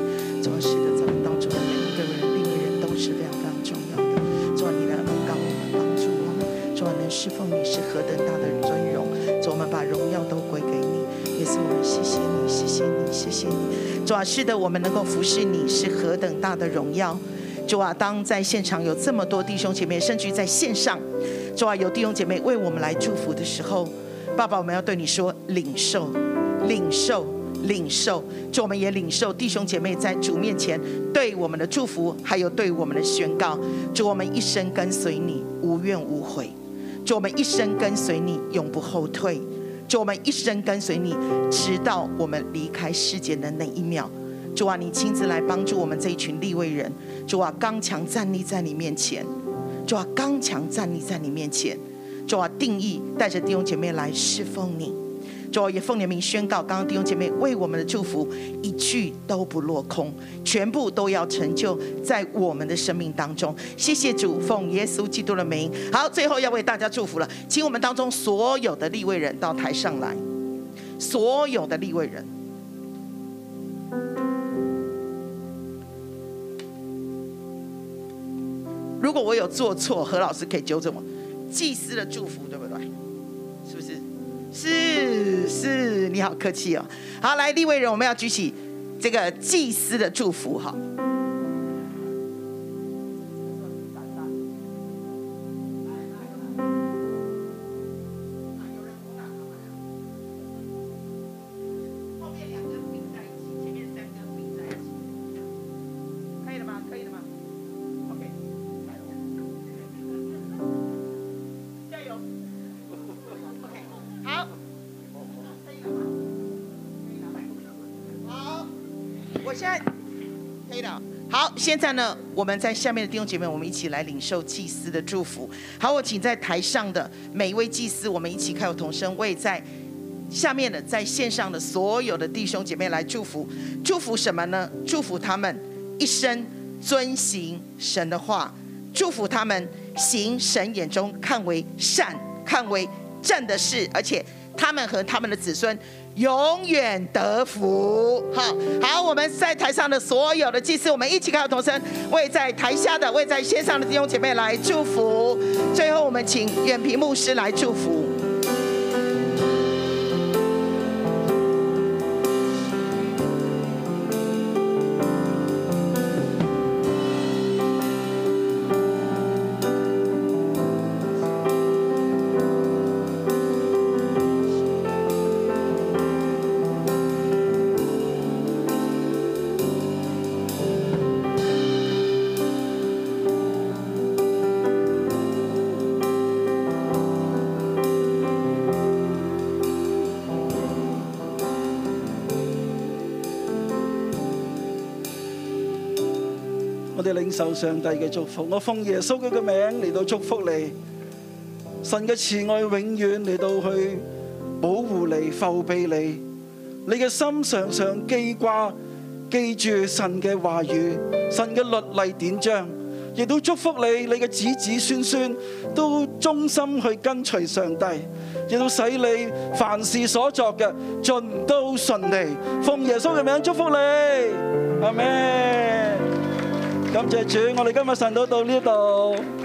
[SPEAKER 9] 主要使得在我们当中的每一个人、立位人都是非常非常重要的。主要你来恩膏我们，帮助我们。主要能侍奉你是何等大的尊荣。主要我们把荣耀都归给你。耶稣，我们谢谢你，谢谢你，谢谢你。主啊，是的，我们能够服侍你是何等大的荣耀。主啊，当在现场有这么多弟兄姐妹，甚至于在线上，主啊，有弟兄姐妹为我们来祝福的时候，爸爸，我们要对你说，领受，领受，领受。主，我们也领受弟兄姐妹在主面前对我们的祝福，还有对我们的宣告。主，我们一生跟随你，无怨无悔。主，我们一生跟随你，永不后退。主，我们一生跟随你，直到我们离开世界的那一秒。主啊，你亲自来帮助我们这一群立位人。主啊，刚强站立在你面前。主啊，刚强站立在你面前。主啊，定义带着弟兄姐妹来侍奉你。主啊，也奉你的名宣告，刚刚弟兄姐妹为我们的祝福，一句都不落空，全部都要成就在我们的生命当中。谢谢主，奉耶稣基督的名。好，最后要为大家祝福了，请我们当中所有的立位人到台上来，所有的立位人。如果我有做错，何老师可以纠正我。祭司的祝福对不对？是不是？是是，你好客气哦。好，来立位人，我们要举起这个祭司的祝福哈。可以了吗？可以了吗？OK，加油！好，好，我现在可以了。好，现在呢，我们在下面的弟兄姐妹，我们一起来领受祭司的祝福。好，我请在台上的每一位祭司，我们一起开口同声为在下面的在线上的所有的弟兄姐妹来祝福，祝福什么呢？祝福他们一生遵行神的话，祝福他们行神眼中看为善、看为正的事，而且他们和他们的子孙永远得福。好，好，我们在台上的所有的祭司，我们一起开口同声，为在台下的、为在线上的弟兄姐妹来祝福。最后，我们请远平牧师来祝福。
[SPEAKER 11] 我哋領受上帝嘅祝福。我奉耶穌佢嘅名嚟到祝福你，神嘅慈愛永遠嚟到去保護你、覆庇你。你嘅心常常記掛，記住神嘅話語、神嘅律例典章，亦都祝福你，你嘅子子孫孫都忠心去跟隨上帝，亦都使你凡事所作嘅盡都順利。奉耶穌嘅名祝福你，阿咩？感謝主，我哋今日神都到呢度。